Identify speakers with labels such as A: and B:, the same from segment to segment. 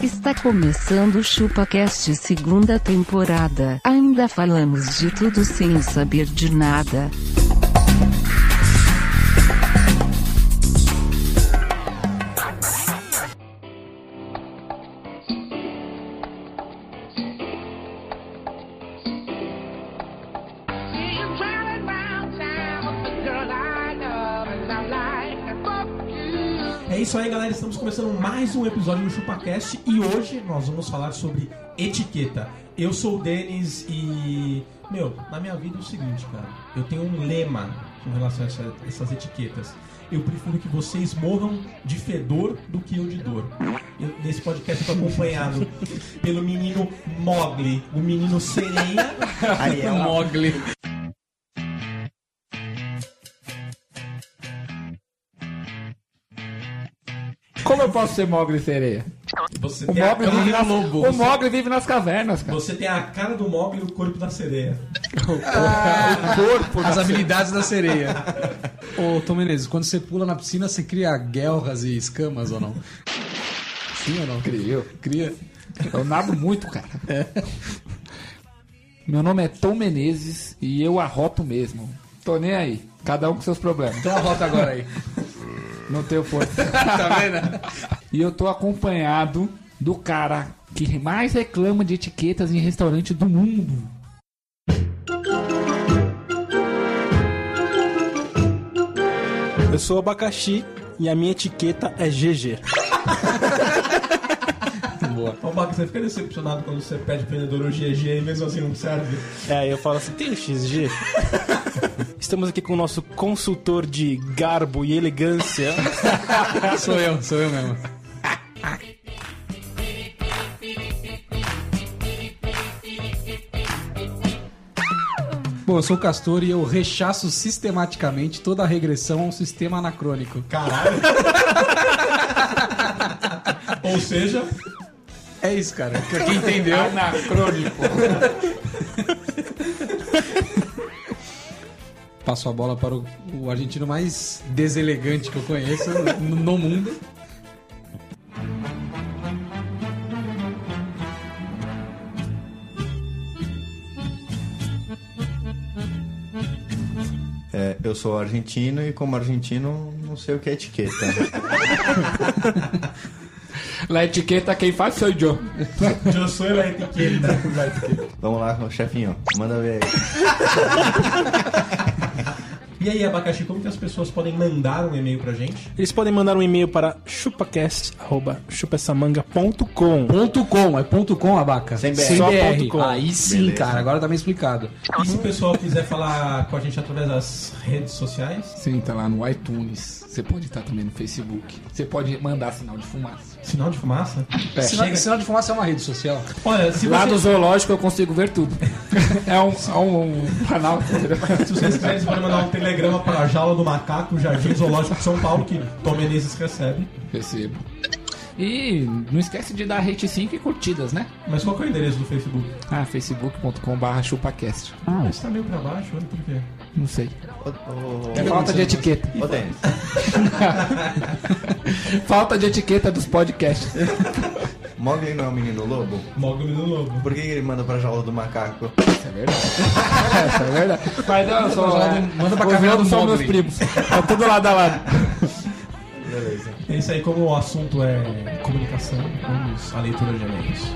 A: Está começando o ChupaCast segunda temporada. Ainda falamos de tudo sem saber de nada.
B: I'm driving round town with the girl I love, and I'm like, fuck you.
C: É isso aí, galera. Estamos começando mais um episódio do ChupaCast e hoje nós vamos falar sobre etiqueta. Eu sou o Denis e. Meu, na minha vida é o seguinte, cara. Eu tenho um lema com relação a essa- essas etiquetas. Eu prefiro que vocês morram de fedor do que eu de dor. Eu- nesse podcast eu tô acompanhado pelo menino Mogli, o menino sereia.
D: É
E: Ariel.
D: um Mogli.
E: Como eu posso ser Mogli sereia?
C: Você
E: O
C: tem a
E: Mogli,
C: cara,
E: vive nas...
D: lobo.
E: o Mogli vive nas cavernas, cara.
C: você tem a cara do Mogli e o corpo da sereia.
D: As habilidades da sereia. Ô, Tom Menezes, quando você pula na piscina, você cria guelras e escamas ou não?
E: assim,
D: Sim ou não?
E: Incrível.
D: Cria.
E: Eu nado muito, cara. Meu nome é Tom Menezes e eu arroto mesmo. Tô nem aí. Cada um com seus problemas.
D: Então arrota agora aí.
E: Não tenho força.
D: tá vendo?
E: E eu tô acompanhado do cara que mais reclama de etiquetas em restaurante do mundo.
F: Eu sou abacaxi e a minha etiqueta é GG.
D: Tá Boa.
C: Ô, Mogli, você fica decepcionado quando você pede pro vendedor o GG e mesmo assim não serve?
F: É, eu falo assim, tem o XG? Estamos aqui com o nosso consultor de garbo e elegância.
D: Ah, Sou eu, sou eu mesmo. Bom, eu sou o Castor e eu rechaço sistematicamente toda a regressão a um sistema anacrônico.
C: Caralho. Ou seja,
D: É isso, cara. Quem entendeu?
E: É Anacrônico.
D: Passou a bola para o, o argentino mais deselegante que eu conheço no, no mundo.
G: É, eu sou argentino e como argentino não sei o que é etiqueta.
E: La etiqueta quem faz sou eu.
C: eu sou a etiqueta.
G: Vamos lá, chefinho, manda ver aí.
C: E aí, Abacaxi, como que as pessoas podem mandar um e-mail pra gente?
F: Eles podem mandar um e-mail para chupacast.chupessamanga.com
D: Ponto com, é ponto com, abaca.
G: Sem BR.
F: Só
D: BR.
F: ponto com.
D: Aí sim,
G: Beleza.
D: cara, agora tá bem explicado.
C: E se o pessoal quiser falar com a gente através das redes sociais,
E: Sim, tá lá no iTunes. Você pode estar também no Facebook. Você pode mandar sinal de fumaça.
C: sinal de fumaça?
E: É,
D: Sinal,
C: chega.
D: sinal de fumaça é uma rede social.
C: Olha, se,
E: Lá do
C: vocês,
E: zoológico eu consigo ver tudo. É um, é um, um canal.
C: se vocês quiserem, vocês podem mandar um telegrama para a Jaula do Macaco, Jardim Zoológico de São Paulo, que Tom Menezes recebe.
E: Percebo. E não esquece de dar rate 5 e curtidas, né?
C: Mas qual que é o endereço do Facebook?
E: Ah, facebook.com.br chupacast.
C: Ah, está meio pra baixo, olha por quê.
E: Não sei. É
G: Ô,
E: falta de etiqueta.
G: ô, ô Denis,
E: Falta de etiqueta dos podcasts.
G: Mogli não é o menino lobo?
C: Mogli do Lobo.
G: Por que que ele manda pra jaula do macaco?
E: Isso é verdade. Isso é verdade. Mas não, eu sou,
D: Manda pra
E: os
D: caverna do
E: outros são
D: Mogli.
E: meus primos. Tá tudo lado a lado.
G: Beleza.
C: É isso aí, como o assunto é comunicação, vamos à leitura de e-mails.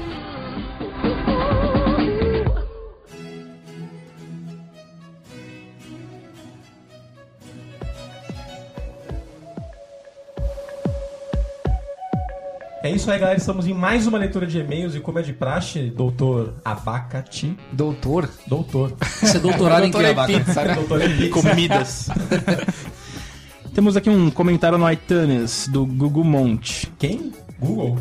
C: É isso aí, galera. Estamos em mais uma leitura de e-mails e como é de praxe, doutor Abacati.
E: Doutor.
C: Doutor.
D: Você é doutorado em que,
E: Doutor em
D: abaca?
E: pizza, né?
C: doutor Henrique.
F: Comidas. Temos aqui um comentário no iTunes do Gugu Monte.
C: Quem? Google?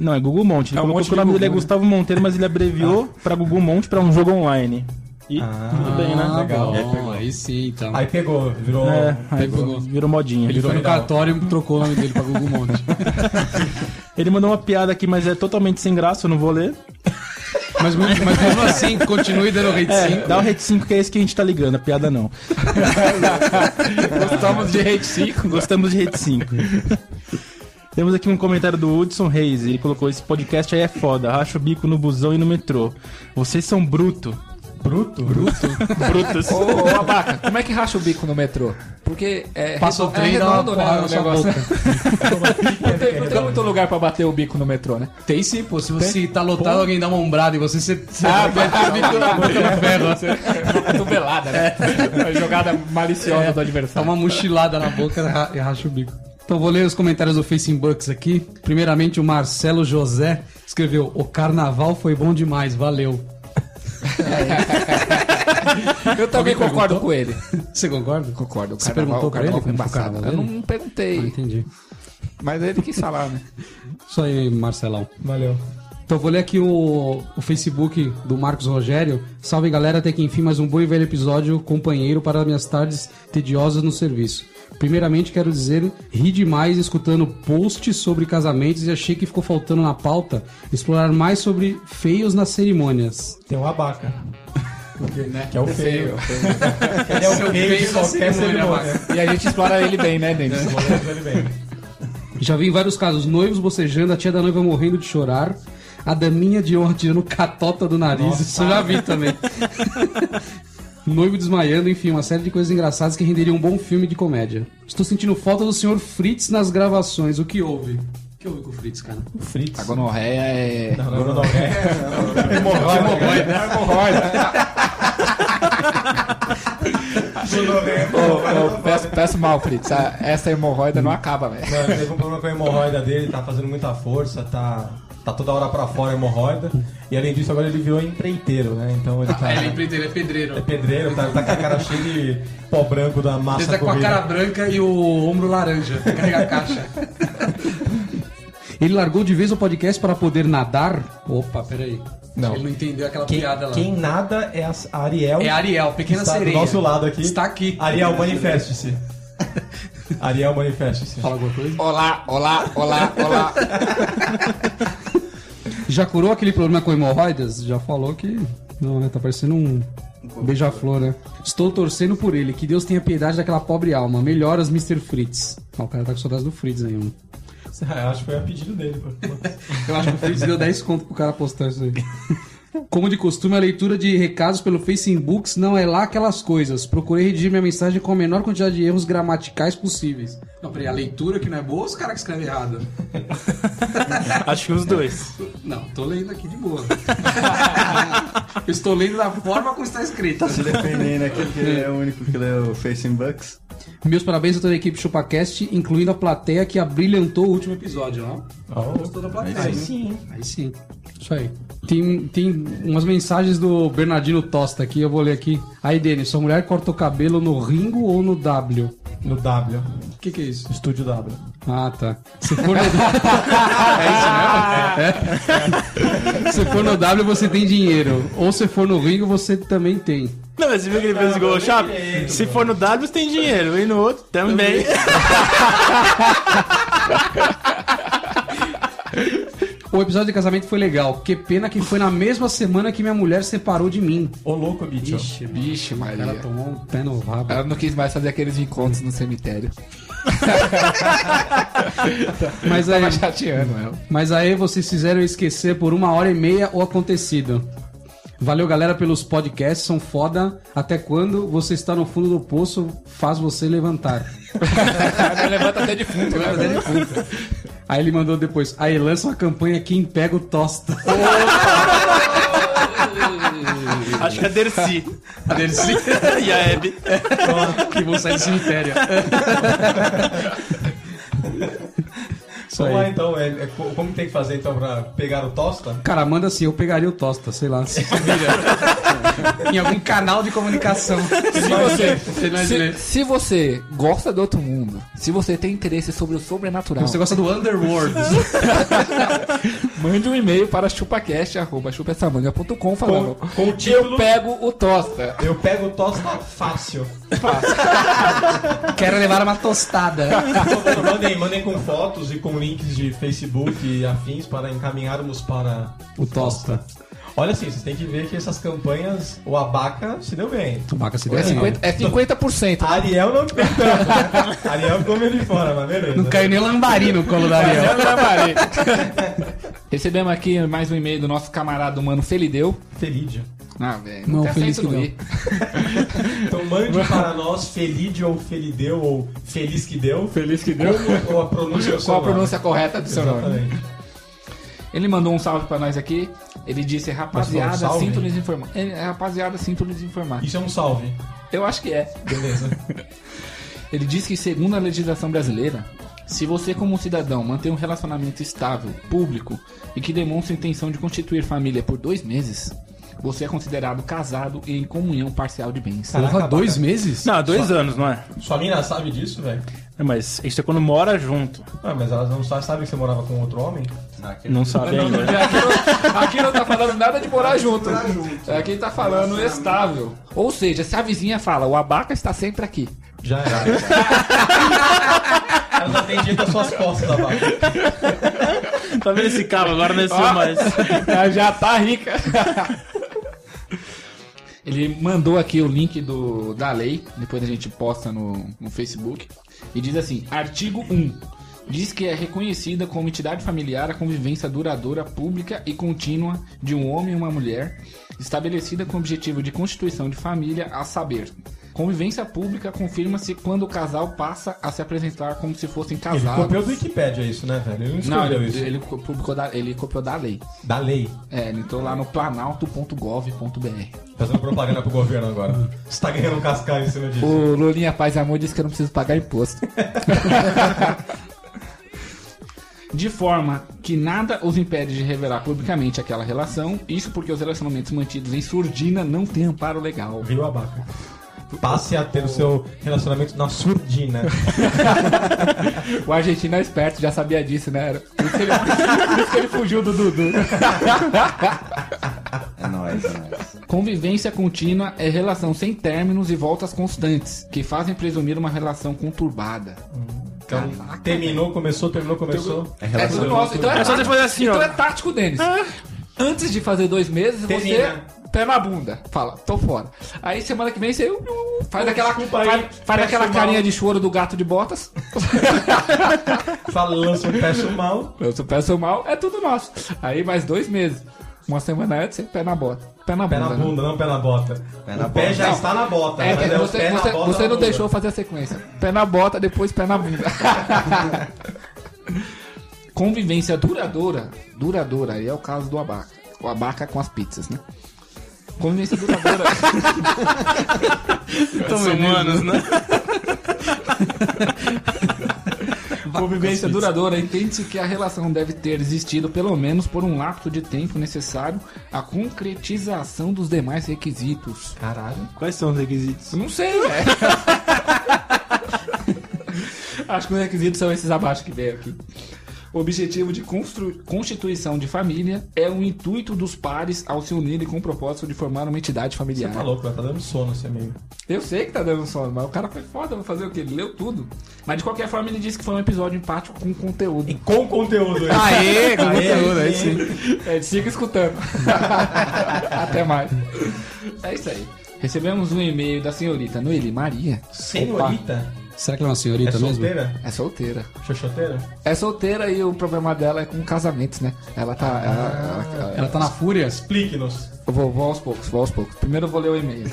F: Não, é Gugu Monte. Ele
E: É um
F: colocou
E: monte
F: que o
E: de
F: nome
E: Gugu,
F: dele é
E: né?
F: Gustavo Monteiro, mas ele abreviou pra Gugu Monte pra um jogo online. E tudo bem, né?
D: Ah,
C: Legal.
D: bom, aí sim, então.
C: Aí pegou, virou. um,
F: É, aí
D: Pegou.
F: virou modinha.
D: Ele foi no
C: legal.
D: cartório e trocou o nome dele pra Google Monte.
F: Ele mandou uma piada aqui, mas é totalmente sem graça, eu não vou ler.
D: Mas, mas mesmo assim, continue dando rate
F: É,
D: 5.
F: dá o rate 5 que é esse que a gente tá ligando, a piada não.
D: é?
E: Gostamos de rate 5.
F: Gostamos de rate 5. Temos aqui um comentário do Hudson Reis. Ele colocou: Esse podcast aí é foda. Racha o bico no busão e no metrô. Vocês são bruto.
D: Bruto? Bruto.
F: Brutos.
E: Ô, ô, abaca, como é que racha o bico no metrô? Porque é,
D: Passa o
E: redondo- é
D: trem e dá uma
E: redondo, né,
D: porrada
E: o
D: na sua
E: negócio.
D: boca.
E: Não tem, não tem muito lugar pra bater o bico no metrô, né?
D: Tem sim, pô. Se você tá lotado, alguém dá uma ombrada e você... você, você
E: Ah,
D: vai ter o bico na boca no ferro.
E: É uma cotovelada, né?
D: É.
E: Uma jogada maliciosa do
D: Dá
E: adversário.
D: uma mochilada na boca e ra- e racha o bico. Então vou ler os comentários do Facing Bucks aqui. Primeiramente, o Marcelo José escreveu: O carnaval foi bom demais, valeu.
E: Eu também concordo com ele.
D: Você concorda?
E: Concordo. O
D: É. Você perguntou
E: carnaval,
D: pra ele
E: o carnaval
D: como foi
E: foi
D: o
E: embaçado. Eu
D: carnaval
E: não perguntei.
D: Entendi.
E: Mas ele quis falar, né?
D: Isso aí, Marcelão.
C: Valeu.
D: Então vou ler aqui o, o Facebook do Marcos Rogério. Salve galera, até que enfim mais um bom e velho episódio companheiro para minhas tardes tediosas no serviço. Primeiramente quero dizer, ri demais escutando posts sobre casamentos e achei que ficou faltando na pauta explorar mais sobre feios nas cerimônias.
C: Tem o abaca.
E: Que é o feio.
C: Ele é o meio de qualquer cerimônia.
E: E a gente explora ele bem, né, Denis?
D: É.
C: Ele vem.
D: Já vi em vários casos, noivos bocejando, a tia da noiva morrendo de chorar, a daminha de honra tirando catota do nariz, isso eu já vi também. Noivo desmaiando, enfim, uma série de coisas engraçadas que renderiam um bom filme de comédia. Estou sentindo falta do senhor Fritz nas gravações, o que houve? O que houve com o Fritz, cara?
E: A gonorreia é...
D: é
E: né? Ô, ô, peço, peço mal, Fritz. Ah, Essa hemorroida não acaba, velho.
C: Mano, teve um problema com a hemorroida dele, tá fazendo muita força, tá. Tá toda hora pra fora a hemorroida. E além disso, agora ele virou empreiteiro, né? Então ele tá.
D: empreiteiro, é pedreiro.
C: é pedreiro, tá, tá com a cara cheia de pó branco da massa
D: tá
C: corrida.
D: branca e o ombro laranja. Carrega a caixa. Ele largou de vez o podcast para poder nadar? Opa, peraí.
C: Não.
D: Ele não entendeu aquela
C: Quem,
D: piada lá.
C: quem nada é a a Ariel.
D: É a Ariel, pequena
C: está
D: sereia.
C: do nosso lado aqui.
D: Está aqui.
C: Ariel, manifeste-se. Ariel, manifeste-se.
D: Fala alguma coisa?
E: Olá, olá, olá, olá.
D: Já curou aquele problema com hemorroidas? Já falou que. Não, né? Tá parecendo um. Beija-flor, né? Estou torcendo por ele. Que Deus tenha piedade daquela pobre alma. Melhoras, Mr. Fritz. Ah, o cara tá com saudades do Fritz aí, mano.
C: Ah, acho que foi a pedido dele, pô.
D: Eu acho que o Fritz deu 10 conto pro cara postar isso aí. Como de costume, a leitura de recados pelo Facebook não é lá aquelas coisas. Procurei redigir minha mensagem com a menor quantidade de erros gramaticais possíveis. Não, peraí, a leitura que não é boa ou os caras que escrevem errado?
H: Acho que
F: É.
H: os dois.
D: Não, tô lendo aqui de boa. Eu Estou lendo da forma como está escrito.
I: Tá se defendendo aqui porque ele é o único que leu o Facing Bucks.
D: Meus parabéns a toda a equipe ChupaCast, incluindo a plateia que abrilhantou o último episódio, ó. Gostou da plateia, aí sim. Aí sim. Isso aí. Tem, tem umas mensagens do Bernardino Tosta aqui, eu vou ler aqui. Aí, Denis, sua mulher corta o cabelo no Ringo ou no W?
C: No W.
D: O que, que é isso?
C: Estúdio W.
D: Ah, tá. Se for no W. É. Se for no W, você tem dinheiro. Ou se for no Ringo, você também tem.
H: Não, mas você viu que ele fez o gol, Chape? Se for no W, você tem dinheiro. E no outro, também.
D: O episódio de casamento foi legal. Que pena que foi na mesma semana que minha mulher separou de mim.
C: Ô louco, bicho.
E: Vixe,
D: Ela
E: Maria.
D: tomou um pé no rabo.
E: Ela não quis mais fazer aqueles encontros no cemitério.
D: Mas aí,
E: Tava Tá chateando ela.
D: mas aí vocês fizeram eu esquecer por uma hora e meia o acontecido. Valeu, galera, pelos podcasts, são foda. Até quando você está no fundo do poço, faz você levantar.
E: Ela levanta até de fundo, né?
D: Aí ele mandou depois, aí lança uma campanha Quem Pega o Tosta.
H: Acho que é Dercy.
D: A Dercy.
H: e a Hebe.
D: assim. que vão sair do cemitério. Isso
C: Vamos lá
D: aí.
C: então, é, é, co- como tem que fazer então pra pegar o tosta?
D: Cara, manda assim, eu pegaria o Tosta, sei lá. se vira. em algum canal de comunicação.
E: Se você,
D: Você não é
E: se,
D: direito.
E: se você gosta do outro mundo, se você tem interesse sobre o sobrenatural,
D: Você gosta do Underworld.
E: mande um e-mail para chupacast.chupessamanga.com falando
C: Com- com o título-
E: Eu pego o tosta.
C: Eu pego o tosta fácil.
D: Quero levar uma tostada.
C: mandem, mandem com fotos e com links de Facebook e afins para encaminharmos para
D: O Tosta.
C: Olha assim, vocês têm que ver que essas campanhas, o Abaca se deu bem.
J: Tubaca se
E: É,
J: deu bem.
E: 50%. É 50%.
C: A Ariel não tem tanto, né? A Ariel ficou meio de fora, mas beleza.
J: Não caiu nem lambari no colo da Ariel.
E: Recebemos aqui mais um e-mail do nosso camarada humano Felideu.
C: Felídio.
E: Ah, velho.
J: Não,
E: tem
J: feliz
E: acento
J: que
E: no
J: não.
E: i.
C: Então mande para nós Felídio ou Felideu ou Feliz que deu. Feliz que deu. Ou a pronúncia do seu
E: Qual a
C: nome.
E: pronúncia correta do seu nome?
C: Exatamente.
E: Ele mandou um salve pra nós aqui. Ele disse,
C: Mas
E: rapaziada,
C: foi um salve?
E: sinto nos informar. É, é, Rapaziada, sinto nos informar.
C: Isso é um salve.
E: Eu acho que é.
C: Beleza.
E: Ele diz que, segundo a legislação brasileira, se você, como cidadão, manter um relacionamento estável, público e que demonstra intenção de constituir família por dois meses, você é considerado casado e em comunhão parcial de bens.
J: Porra,
C: Caraca,
J: dois meses?
F: Não, dois anos, não é?
C: Sua mina sabe disso, velho?
F: É, Mas isso é quando mora junto.
C: Ah, mas ela não sabe, sabe que você morava com outro homem?
F: Não sabe
H: né?
F: ainda.
E: Aqui não, aqui não é tá falando nada de morar junto. Aqui tá falando estável. Ou seja, se a vizinha fala, o abaca está sempre aqui.
C: Já era. ela já tem dito as suas costas, Abaca.
F: Tá vendo esse carro agora não é seu mais.
E: Ela já tá rica. Ele mandou aqui o link do, da lei, depois a gente posta no, no Facebook. E diz assim: artigo 1. Diz que é reconhecida como entidade familiar a convivência duradoura, pública e contínua de um homem e uma mulher, estabelecida com o objetivo de constituição de família, a saber. Convivência pública confirma-se quando o casal passa a se apresentar como se fossem
C: Ele
E: casados.
C: copiou do Wikipédia isso, né, velho? Ele não
E: Não,
C: escreveu
E: ele,
C: isso.
E: ele publicou da- ele copiou da lei.
C: Da lei.
E: É, ele entrou lá no planalto.gov.br.
C: Fazendo propaganda pro governo agora. Você tá ganhando um cascalho em cima disso.
E: Hum. O Lulinha Paz e Amor disse que eu não preciso pagar imposto. De forma que nada os impede de revelar publicamente aquela relação, isso porque os relacionamentos mantidos em surdina não têm amparo legal.
C: Viu, Abaca? Passe a ter o seu relacionamento na surdina.
E: O argentino é esperto, já sabia disso, né? Era- Por isso que ele, por isso que ele fugiu do Dudu.
G: É nóis, é nóis.
E: Convivência contínua é relação sem términos e voltas constantes, que fazem presumir uma relação conturbada.
C: Então, terminou, começou, terminou, começou.
G: É
E: É tudo
G: relação.
E: nosso. Então é,
F: É só você
E: tático.
F: fazer assim,
E: Então
F: ó.
E: é tático, Denis. Antes de fazer dois meses,
C: Termina.
E: você pé na bunda. Fala, tô fora. Aí semana que vem você uh, uh, faz aquela,
C: desculpa aí,
E: faz, faz
C: peço
E: aquela
C: mal.
E: carinha de choro do gato de botas. É.
C: Fala, lança um peço mal.
E: Eu sou pé sou mal, é tudo nosso. Aí mais dois meses. Uma semana antes, você pé na bota. Pé na
C: Pé na
E: bunda. né?
C: bunda, não pé na bota.
G: Pé na
C: o pé
G: bota.
C: já
E: Não.
C: está na bota.
E: É,
C: mas
E: que
C: é o
E: você,
C: pé na
E: você-
C: bota
E: você
C: na
E: não
C: bunda.
E: deixou eu fazer a sequência. Pé na bota, depois pé na bunda. Convivência duradoura. Duradoura, aí é o caso do abaca. O abaca com as pizzas, né? Convivência duradoura.
F: São humanos, né?
E: Convivência duradoura entende-se que a relação deve ter existido pelo menos por um lapso de tempo necessário à concretização dos demais requisitos.
C: Caralho.
F: Quais são os requisitos?
E: Eu não sei, né? velho. Acho que os requisitos são esses abaixo que veio aqui. O objetivo de constru- constituição de família é o intuito dos pares ao se unirem com o propósito de formar uma entidade familiar.
C: Tá louco, tá dando sono esse amigo.
E: Eu sei que tá dando sono, mas o cara foi foda, vou fazer o quê? Ele leu tudo. Mas de qualquer forma ele disse que foi um episódio empático com conteúdo.
C: E com conteúdo. hein?
J: Aê, com
C: Aê,
J: conteúdo, aí
C: aí
J: sim.
E: É, siga escutando. Até mais. É isso aí. Recebemos um e-mail da senhorita Noeli Maria.
C: Senhorita?
J: Será que ela é uma
C: É
J: senhorita mesmo?
C: solteira?
E: É solteira.
C: Xoxoteira?
E: É solteira e o problema dela é com casamentos, né? Ela tá. ela- ela-
J: Ela tá na fúria?
C: Explique-nos.
E: eu vou, vou aos poucos, vou aos poucos. Primeiro eu vou ler o e-mail.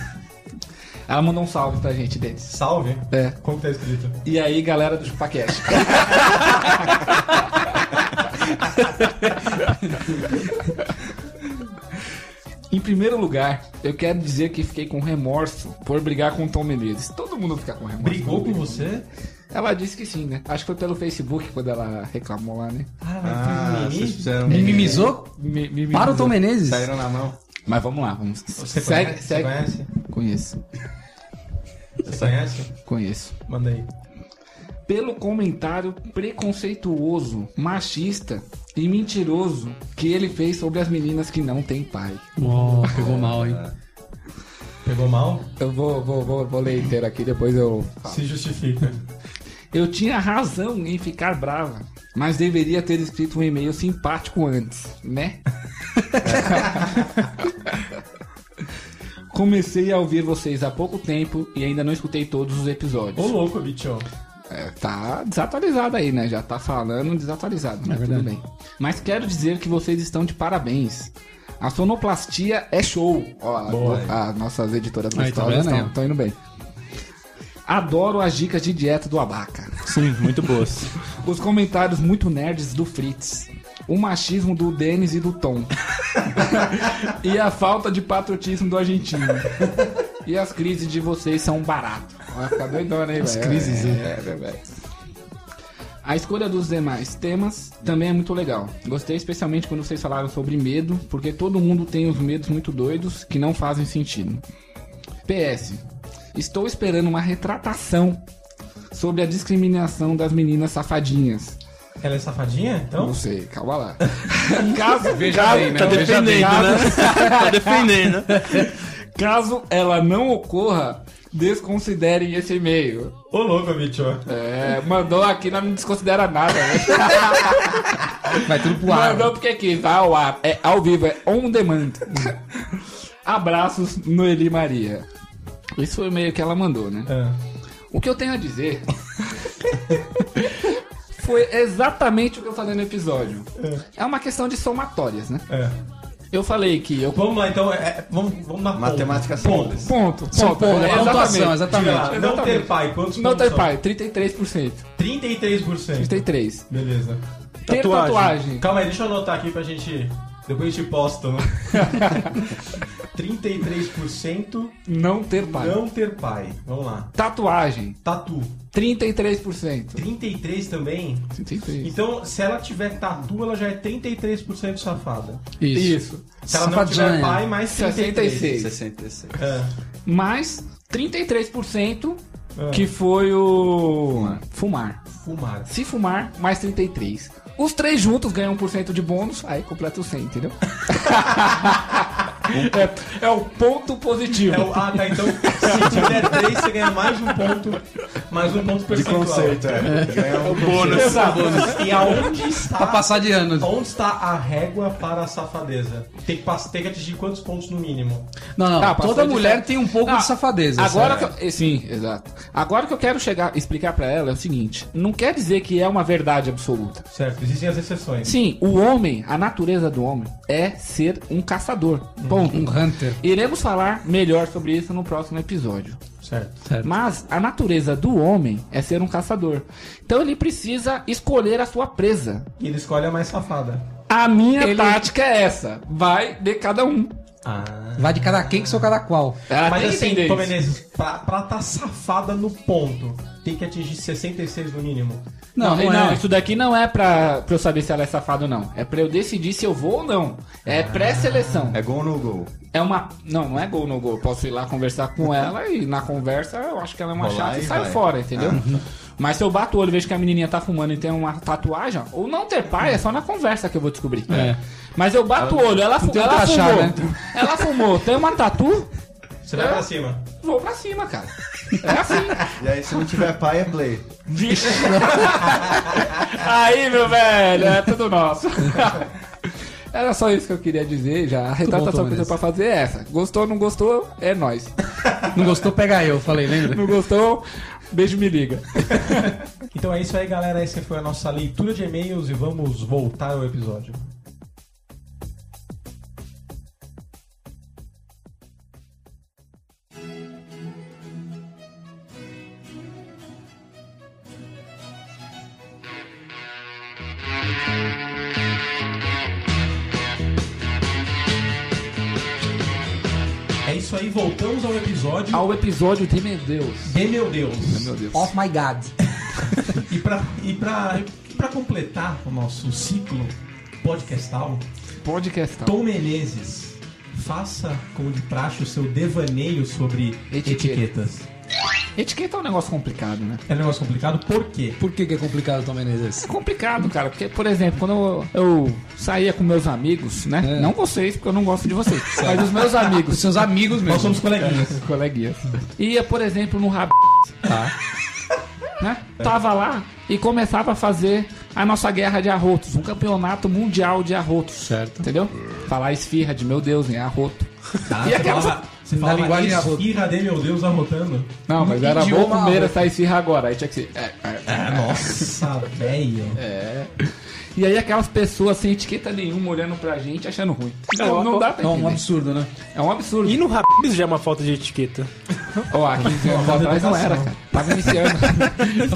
E: Ela mandou um salve pra gente, Denis.
C: Salve.
E: É.
C: Como que tá escrito?
E: E aí, galera do Chupacast. em primeiro lugar, eu quero dizer que fiquei com remorso por brigar com o Tom Menezes. Todo mundo fica com remorso.
C: Brigou com você?
E: Ela disse que sim, né? Acho que foi pelo Facebook quando ela reclamou lá, né?
C: um
G: Ah, vocês fizeram.
J: Minimizou?
E: Me- me- me-
J: Para o Tom Menezes.
C: Tá
G: Saíram na mão.
E: Mas vamos lá, vamos.
C: Você
E: segue,
C: conhece? Você
E: segue.
C: conhece?
E: Conheço,
C: Você conhece?
E: conheço.
C: Manda aí.
E: Pelo comentário preconceituoso, machista e mentiroso que ele fez sobre as meninas que não têm pai.
J: Ó, pegou mal, hein?
C: Pegou mal?
E: Eu vou, vou, vou, vou ler inteiro aqui, depois eu.
C: Se justifica.
E: Eu tinha razão em ficar brava, mas deveria ter escrito um e-mail simpático antes, né? Comecei a ouvir vocês há pouco tempo e ainda não escutei todos os episódios.
C: Ô louco, bichão.
E: É, tá desatualizado aí, né? Já tá falando desatualizado,
J: É
E: mas tudo bem. Mas quero dizer que vocês estão de parabéns. A sonoplastia é show. Ó, a-
C: Boa.
E: a- nossas editoras
J: Aí, tá
E: gostosas
J: vendo aí, ó.
E: estão indo bem. Adoro as dicas de dieta do Abaca.
F: Sim, muito boas.
E: Os comentários muito nerds do Fritz. O machismo do Denis e do Tom. e a falta de patriotismo do argentino. E as crises de vocês são um barato. Vai ficar doidona aí, velho. As
J: crises,
E: é, é, é, velho. A escolha dos demais temas também é muito legal. Gostei especialmente quando vocês falaram sobre medo, porque todo mundo tem uns medos muito doidos que não fazem sentido. PS. Estou esperando uma retratação sobre a discriminação das meninas safadinhas.
C: Ela é safadinha, então?
E: Não sei, calma lá. caso, veja bem, né?
F: Tá
E: Veja bem.
F: defendendo, né? Tá defendendo.
E: Caso ela não ocorra, desconsiderem esse e-mail.
C: Ô louco, bichão.
E: É, mandou aqui, não me desconsidera nada, né?
J: Vai tudo pro ar.
E: Mandou porque aqui, vai ao ar, é ao vivo, é on demand. Abraços, Noeli Maria. Isso foi o e-mail que ela mandou, né?
C: É.
E: O que eu tenho a dizer foi exatamente o que eu falei no episódio. É uma questão de somatórias, né?
C: é.
E: Eu falei que eu.
C: Vamos lá, então. é, é, vamos, vamos na ponta.
G: Matemática
C: Ponta.
G: simples.
E: Ponto,
J: São
E: ponto.
J: Paulo, é pontuação,
E: exatamente. tá
C: Diga
J: exatamente.
C: lá, Não ter pai, quantos
E: Não tá
C: pontos
E: tem
C: são?
E: pai, 33%.
C: 33%.
E: 33.
C: Beleza.
E: Ter
F: Tatuagem.
E: tatuagem.
C: Calma aí, deixa eu anotar aqui pra gente. Depois a gente posta. né? 33%
E: Não ter pai.
C: não ter pai. Vamos lá.
E: Tatuagem.
C: Tatu.
E: 33%.
C: 33 também?
E: 33.
C: Então, se ela tiver tatu, ela já é 33% safada.
J: Isso.
E: Isso.
C: Se ela não tiver
J: Safadinha.
C: pai, mais 33.
E: 66.
G: 66.
C: É.
E: Mais 33%
C: É.
E: que foi o. Fumar.
C: Fumar.
E: Se fumar, mais 33. Os três juntos ganham 1% de bônus, aí completa o 100, entendeu? é, é o ponto positivo.
C: É o- ah, tá. Então, se tiver 3, você ganha mais um ponto. Mais um ponto
G: De
C: percentual. Tá,
G: conceito, é. Ganhar um bônus.
E: Exato.
C: E aonde está.
D: Tá
J: Pra passar de ano.
C: Onde está a régua para a safadeza? Tem que, pass- tem que atingir quantos pontos no mínimo?
J: Não, não.
E: Ah, passou
J: toda
E: de
J: mulher
E: certo.
J: tem um pouco
E: Ah,
J: de safadeza.
E: Agora
J: sabe?
E: que eu, eh, sim, exato. Agora que eu quero chegar, explicar pra ela é o seguinte: não quer dizer que é uma verdade absoluta.
C: Certo, existem as exceções.
E: Sim, o homem, a natureza do homem é ser um caçador. Ponto.
J: Um hunter.
E: Iremos falar melhor sobre isso no próximo episódio.
C: Certo.
E: Mas a natureza do homem é ser um caçador. Então ele precisa escolher a sua presa.
C: E ele escolhe a mais safada.
E: A minha
J: Ele-
E: tática é essa: vai de cada um.
C: Ah.
J: Vai de cada quem que sou cada qual.
E: Ela Ah, tem
C: Mas
E: que
C: assim,
E: entender
C: Tom
E: isso.
C: Menezes, pra, pra tá safada no ponto, tem que atingir 66 no mínimo.
E: Não, não,
J: é.
E: isso daqui não é pra, pra eu saber se ela é safada ou não. É pra eu decidir se eu vou ou não. É pré-seleção.
G: É gol no gol.
E: É uma. Não, não é gol no gol. Posso ir lá conversar com ela e na conversa eu acho que ela é uma
G: Rolar
E: chata e
G: e
E: saio
G: vai.
E: fora, entendeu? Mas se eu bato o olho e vejo que a menininha tá fumando e tem uma tatuagem, ou não ter pai, é só na conversa que eu vou descobrir.
J: É.
E: Mas eu bato o olho, ela, fu
J: tem o
E: ela
J: que achar,
E: fumou.
J: né?
E: Ela fumou, tem uma tatu,
C: Você vai
E: É?
C: pra cima.
E: vou pra cima, cara. É assim.
G: E aí, se não tiver pai, é play.
E: Vixe. Aí, meu velho, é tudo nosso. Era só isso que eu queria dizer já.
J: bom,
E: A
J: Tom
E: retratação que eu tenho
J: Menezes.
E: pra fazer é essa. Gostou, não gostou, é nós.
J: Não gostou, pega eu, falei, lembra?
E: Não gostou, beijo, me liga.
C: Então é isso aí, galera. Essa foi a nossa leitura de e-mails e vamos voltar ao episódio. É isso aí, voltamos ao episódio.
E: Ao episódio de Meu Deus.
C: De meu Deus.
E: Meu Deus.
J: Off my God.
C: E pra, e pra, e pra completar o nosso ciclo podcastal,
E: Podcast. tá?
C: Tom Menezes, faça como de praxe o seu devaneio sobre
E: Etiquetas.
C: etiquetas.
E: Etiqueta é um negócio complicado, né?
C: É um negócio complicado, por quê?
J: Por que, que é complicado, Tom Menezes?
E: É complicado, cara, porque, por exemplo, quando eu, eu saía com meus amigos, né? Não vocês, porque eu não gosto de vocês, mas os meus
J: Os
E: amigos,
J: seus amigos mesmo.
C: Nós
E: É.
C: somos coleguinhas.
E: coleguinhas, ia, por exemplo, no rab...
J: Tá.
E: né? Tava lá e começava a fazer a nossa guerra de arrotos, um campeonato mundial de arrotos.
J: Certo.
E: Entendeu? Falar esfirra de meu Deus, né? Arroto.
C: Ah,
E: E
C: você
E: aquela-
C: falava, você
D: na
C: falava
D: linguagem arrota.
C: esfirra de meu Deus arrotando.
E: Não, mas era bom
D: Idioma
E: comer
D: arroto.
E: essa esfirra agora. Aí tinha que ser. é, é.
C: Ah, nossa, velho.
E: É. E aí aquelas pessoas sem etiqueta nenhuma olhando pra gente achando ruim. Não, não dá pra
D: É um
E: entender.
D: absurdo, né?
E: É um absurdo.
F: E no Rabis já é uma falta de etiqueta.
E: Ó, há 15 anos atrás não era, cara. Tava iniciando.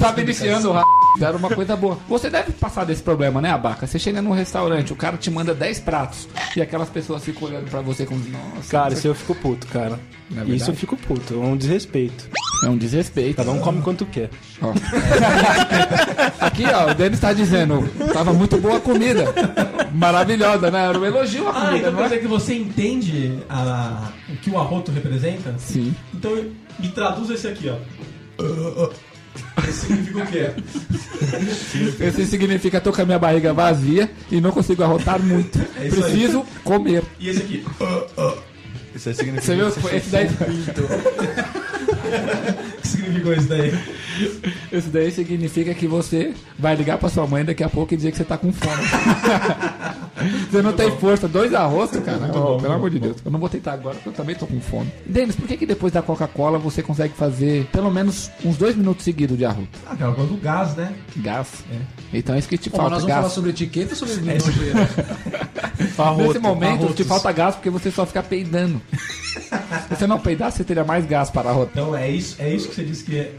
E: Tava iniciando o rap. Era uma coisa boa. Você deve passar desse problema, né, Abaca? Você chega num restaurante, o cara te manda 10 pratos e aquelas pessoas ficam olhando pra você como, nossa,
F: Cara,
E: isso
F: isso eu fico puto, cara.
E: Na verdade.
F: Isso eu fico puto, é um desrespeito.
E: é um desrespeito.
F: Cada um come quanto quer.
E: Ó. Aqui, ó, o Denis tá dizendo, tava muito boa a comida. Maravilhosa, né? Era um elogio a
C: Ah,
E: comida,
C: então
E: não
C: quer
E: é?
C: dizer que você entende a- o que o arroto representa?
E: Sim.
C: Então me traduz esse aqui, ó. Esse significa o quê?
E: Isso significa tô com a minha barriga vazia e não consigo arrotar muito.
C: É isso aí.
E: Preciso comer.
C: E esse aqui?
G: Isso aí significa
E: Você viu?
G: que você
E: Esse daí,
C: O que significou isso daí?
E: esse daí significa que você vai ligar pra sua mãe daqui a pouco e dizer que você tá com fome. você não tem força. Dois arroz,
D: Tá
E: cara. Ó,
C: bom,
E: pelo amor de Deus. Eu não vou tentar agora porque eu também tô com fome. Denis, por que, que depois da Coca-Cola você consegue fazer pelo menos uns dois minutos seguidos de arroz?
C: Ah, cara, quando o gás, né?
E: Gás. Então é isso que te
D: Pô, mas
E: falta, É
D: nós vamos falar
E: gás.
D: sobre etiqueta ou sobre é nojeira?
E: Tá Nesse momento te
D: arrotos.
E: falta gás porque você só fica peidando. Se você não peidasse, você teria mais gás para arrotar.
C: Então é isso, é isso que você disse que é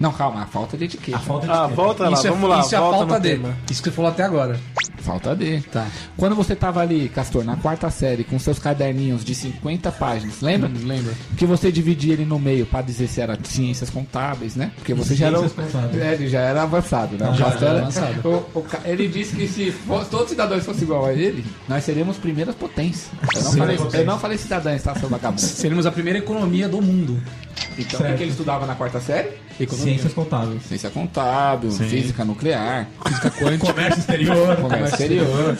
E: Não, calma, a falta de etiqueta.
C: a falta de.
F: Ah, volta lá,
D: Isso é-
F: vamos lá,
D: Isso é a
F: volta
D: falta
F: no
D: dele.
F: tema.
D: Isso que você falou até agora.
E: Falta de.
D: Tá.
E: Quando você tava ali, Castor, na quarta série, com seus caderninhos de 50 páginas, lembra?
D: Lembra?
E: Que você dividia ele no meio pra dizer se era ciências contábeis, né? Porque você já era.
C: Ciências contábeis.
E: É, ele já era avançado, né? O
D: Já
E: Castor
D: era
E: era-
D: avançado.
E: o- o ca- ele disse que se fo- todos os cidadãos fossem igual a ele, nós seríamos primeiras potências. Eu não, falei, eu não falei cidadãos, tá, seu vagabundo?
D: Seremos a primeira economia do mundo.
E: Então, o que, que ele estudava na quarta série?
D: Economia.
C: Ciências contábeis.
E: Ciência contábil, física nuclear,
C: Comércio exterior.
E: comércio exterior.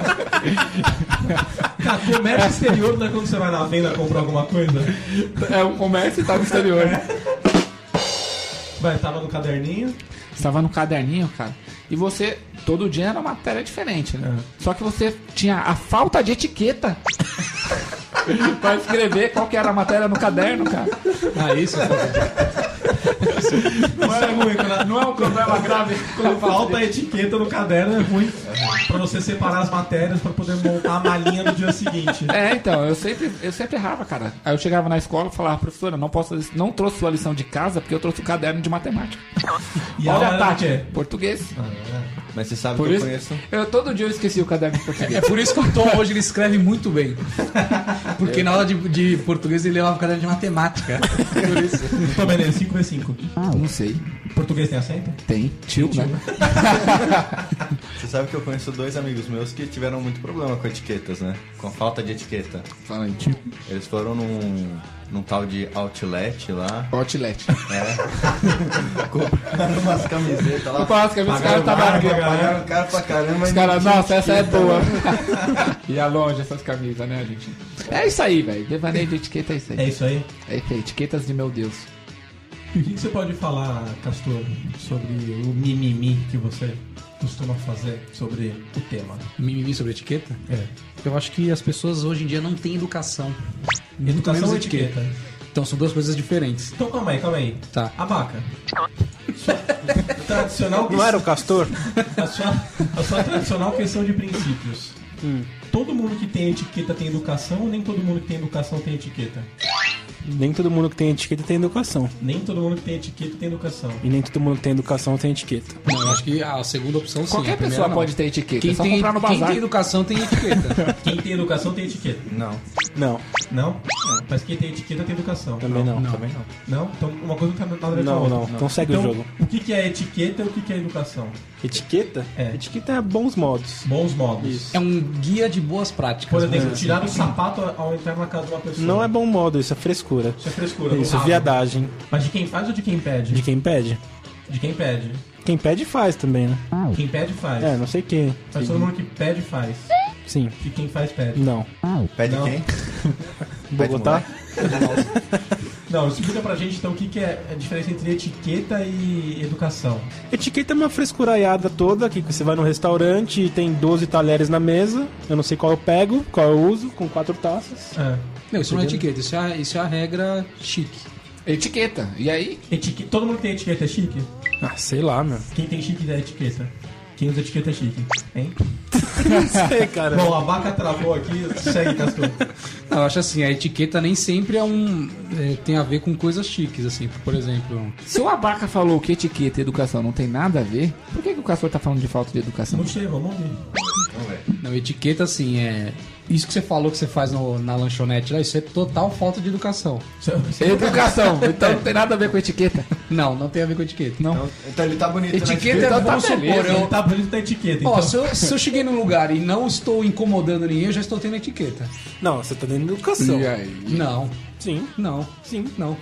C: Cara, Tá, comércio exterior não é quando você vai na venda comprar alguma coisa?
E: É o comércio e tava exterior, né?
C: Vai, tava no caderninho.
E: Estava no caderninho, cara. E você, todo dia era uma matéria diferente, né? Só que você tinha a falta de etiqueta pra escrever qual que era a matéria no caderno, cara.
D: Ah, isso?
C: Não era ruim, cara.
E: Não é um problema grave.
C: Quando falta a etiqueta no caderno é ruim pra você separar as matérias pra poder montar a malinha no dia seguinte.
E: É, então, eu sempre, eu sempre errava, cara. Aí eu chegava na escola e falava, professora, não, posso, não trouxe sua lição de casa porque eu trouxe o caderno de matemática.
C: E a
E: Olha
C: hora
E: a
C: era o
E: Tati,
C: quê?
E: português.
G: fez. Mas você sabe
E: Por
G: que
E: isso,
G: eu conheço.
E: eu, todo dia eu esqueci o caderno de português.
D: É Por isso que o Tom hoje ele escreve muito bem. Porque na aula de, de português ele levava um caderno de matemática. Por isso.
C: Então, beleza, 5 vezes 5
E: Ah, Não sei.
C: Português tem acento?
E: Tem. Tio, né?
G: Você sabe que eu conheço dois amigos meus que tiveram muito problema com etiquetas, né? Com a falta de etiqueta.
E: Fala aí, tio.
G: Eles foram num, num tal de outlet lá.
E: Outlet.
G: Compraram É. umas camisetas lá.
E: Quase que a minha cara tá
C: Pagaram
E: barriga.
C: pra caralho.
G: Pagaram cara pra caramba.
E: Os
G: e
E: caras,
G: não tinha
E: nossa, essa é
G: etiqueta.
E: boa. Ia é longe essas camisas, né, gente? É isso aí, velho. Devaneio de etiqueta é isso
C: É
E: aí.
C: isso aí.
E: É isso aí, etiquetas de meu Deus.
C: E o que que você pode falar, Castor, sobre o mimimi que você costuma fazer sobre o tema?
D: Mimimi sobre etiqueta?
C: É.
D: Eu acho que as pessoas hoje em dia não têm educação. Muito
C: Educação
D: menos
C: ou tá etiqueta?
D: Então são duas coisas diferentes.
C: Então calma aí, calma aí.
D: Tá.
C: Abaca. Sua tradicional
F: Não era o Castor?
C: a, sua, a sua tradicional questão de princípios.
F: Hum.
C: Todo mundo que tem etiqueta tem educação ou nem todo mundo que tem educação tem etiqueta?
F: Nem todo mundo que tem etiqueta tem educação.
C: Nem todo mundo que tem etiqueta tem educação.
F: E nem todo mundo que tem educação tem etiqueta.
D: Não, eu acho que a segunda opção sim. a
E: Qualquer
D: primeira
E: pessoa
D: não.
E: pode ter etiqueta.
D: Quem
E: é só
D: tem,
E: comprar no
D: quem
E: bazar.
D: tem educação tem etiqueta.
C: Quem tem educação tem etiqueta.
G: Não,
F: Não,
C: Não? Mas quem tem etiqueta tem educação.
F: também não.
G: também não.
C: Não? Então uma coisa não tem nada a ver com a
F: Não,
C: outra.
F: não. Então segue
C: Então,
F: o jogo.
C: o que, que é etiqueta e o que, que é educação?
F: Etiqueta?
C: É.
F: Etiqueta é bons modos.
C: Bons modos.
D: é um guia de boas práticas.
C: Por exemplo,
D: né?
C: tirar o sapato ao entrar na casa de uma pessoa.
F: É. Não é bom modo, isso é frescura.
C: Isso é frescura.
F: Isso,
C: não.
F: viadagem.
C: Mas de quem faz ou de quem pede?
F: De quem pede.
C: De quem pede.
F: Quem pede faz também, né?
C: Quem pede faz.
F: É, não sei quem.
C: Mas todo mundo que pede faz.
F: Sim.
C: E quem faz pede.
F: Não.
G: Pede
C: Não.
G: quem? Pede
F: Bogotá?
G: moleque.
C: Não, explica pra gente então o que, que é a diferença entre etiqueta e educação.
F: Etiqueta é uma frescuraiada toda, que você vai no restaurante e tem 12 talheres na mesa. Eu não sei qual eu pego, qual eu uso, com quatro taças.
C: É.
D: Não, isso não é etiqueta, isso é, a- isso é a regra chique.
E: Etiqueta. E aí?
C: Etique... Todo mundo que tem etiqueta é chique?
F: Ah, sei lá, meu.
C: Quem tem chique é etiqueta. Quem usa etiqueta é chique, hein?
F: Não sei, cara.
C: Bom, a vaca travou aqui, segue, Castor.
D: Não, eu acho assim, a etiqueta nem sempre é um. é, tem a ver com coisas chiques, assim. Por exemplo,
E: Se o Abaca falou que etiqueta e educação não tem nada a ver, por que, que o Castor tá falando de falta de educação?
C: Não sei, vamos ouvir.
D: não, etiqueta assim é. Isso que você falou que você faz no- na lanchonete lá, isso é total falta de educação.
C: Você-
E: é
C: você-
E: Educação, então não tem nada a ver com etiqueta.
D: Não, não tem a ver com etiqueta.
E: Não.
G: Então, então ele tá bonito,
D: Etiqueta é,
E: Então tá
D: vamos supor,
E: beleza,
D: eu,
C: Ele tá bonito na etiqueta, então.
D: Ó, se eu, se eu cheguei num lugar e não estou incomodando ninguém, eu já estou tendo etiqueta.
F: Não, você tá dando educação.
E: E aí?
D: Não,
F: Sim.
D: não,
F: Sim.
D: não.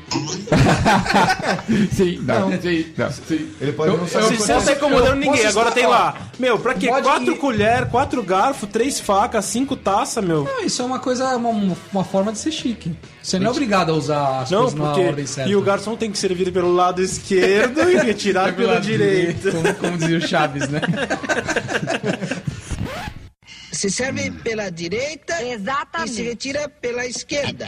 E: Sim, não, sim, não, sim.
G: né? Ele pode não saber.
F: Você você não tá incomodando ninguém,
D: posso
F: agora
D: estar-
F: tem lá. Meu, pra quê?
D: Pode
F: Quatro
D: ir.
F: colheres, quatro garfos, três facas, cinco taças, meu.
D: Não, isso é uma coisa, uma, uma forma de ser chique. Você não é obrigado a usar as
F: Não,
D: coisas na ordem
F: porque.
D: certa.
F: E o garçom tem que servir pelo lado esquerdo e retirar pelo direito.
D: Como, como dizia o Chaves, né?
A: Se serve pela direita e se retira pela esquerda.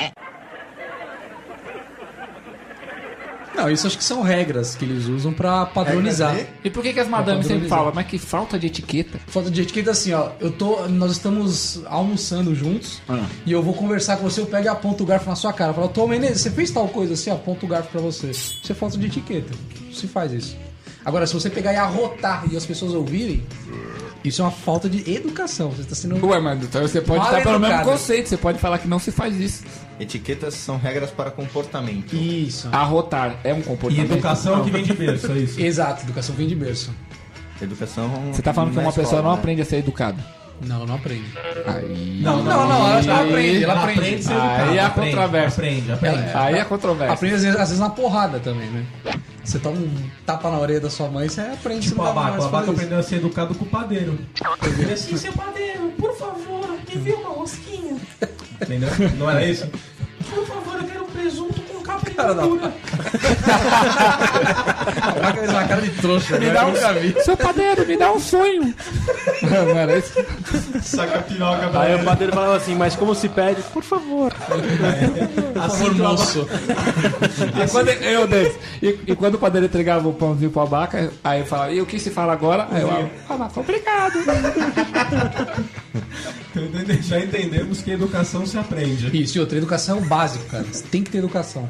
D: Não, isso acho que são regras que eles usam pra padronizar.
G: Regra
E: E por que, que as madames sempre
D: padronizar.
E: falam, mas que falta de etiqueta?
D: Falta de etiqueta assim, ó. Eu tô, nós estamos almoçando juntos
E: Ah.
D: e eu vou conversar com você, eu pego e aponto o garfo na sua cara. Eu falo, Tom Menezes, você fez tal coisa assim, aponto o garfo pra você. Isso é falta de etiqueta. Não se faz isso. Agora, se você pegar e arrotar e as pessoas ouvirem, isso é uma falta de educação. Você tá sendo.
E: Ué, mas então você pode
D: Mal
E: estar pelo mesmo
D: educado.
E: conceito, você pode falar que não se faz isso.
G: Etiquetas são regras para comportamento.
D: Isso.
E: Arrotar é um
C: E
E: comportamento.
C: educação que vem de berço, é isso.
D: Exato, educação vem de berço.
G: Educação.
E: Você tá falando que
G: na
E: uma
G: escola,
E: pessoa não
G: né?
E: aprende a ser educada.
D: Não, não aprende.
E: Aí.
C: Não,
D: Não, não, ela já aprende, ela aprende.
C: a ser
E: Aí
C: educado,
E: é a
C: aprende,
E: controvérsia.
C: Aprende, aprende.
E: Aí é controvérsia.
D: Aprende às vezes, às vezes na porrada também, né? Você toma um tapa na orelha da sua mãe, você aprende
C: Tipo,
D: você
C: o
D: não dá
C: abaco.
D: mais
C: O
D: pra
C: abaco
D: fazer isso.
C: aprendeu a ser educado com o padeiro. Ele assim, seu padeiro, por favor, me vê uma rosquinha. Entendeu? Não era isso? Por favor, eu quero um presunto com capa de
D: Cara da-
C: gordura.
D: A vaca fez uma cara de trouxa, né?
E: Seu padeiro, me dá um sonho. não era isso?
C: Saca a piroca pra
F: Aí o
C: ele.
F: padeiro falava assim, mas como se pede? Por favor.
C: Assim que o abaco-
E: E quando, eu, Denis, e, e quando o padeiro entregava o pãozinho pro abaca, aí eu falava, e o que se fala agora? Aí eu, "Ah, abaca, obrigado.
C: Então, entende- Já entendemos que educação se aprende.
D: Isso, e outra, educação é o básico, cara. Você tem que ter educação.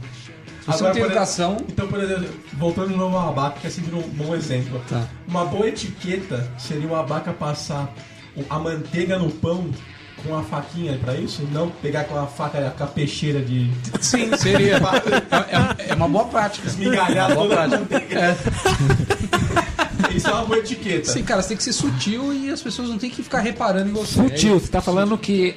D: Se você não tem
C: por
D: educação,
C: exemplo, Então, por exemplo, voltando de novo ao abaca, que é sempre um bom exemplo.
D: Tá.
C: Uma boa etiqueta seria o abaca passar o- a manteiga no pão com a faquinha pra isso, e não pegar com a faca, com a peixeira de
D: sim, seria. É, é- é uma boa prática.
C: esmigalhar
D: Boa
C: toda a
D: prática.
C: manteiga.
D: É,
C: Isso é uma boa etiqueta.
D: sim, cara, você tem que ser sutil e as pessoas não tem que ficar reparando em você.
E: Sutil, você tá falando que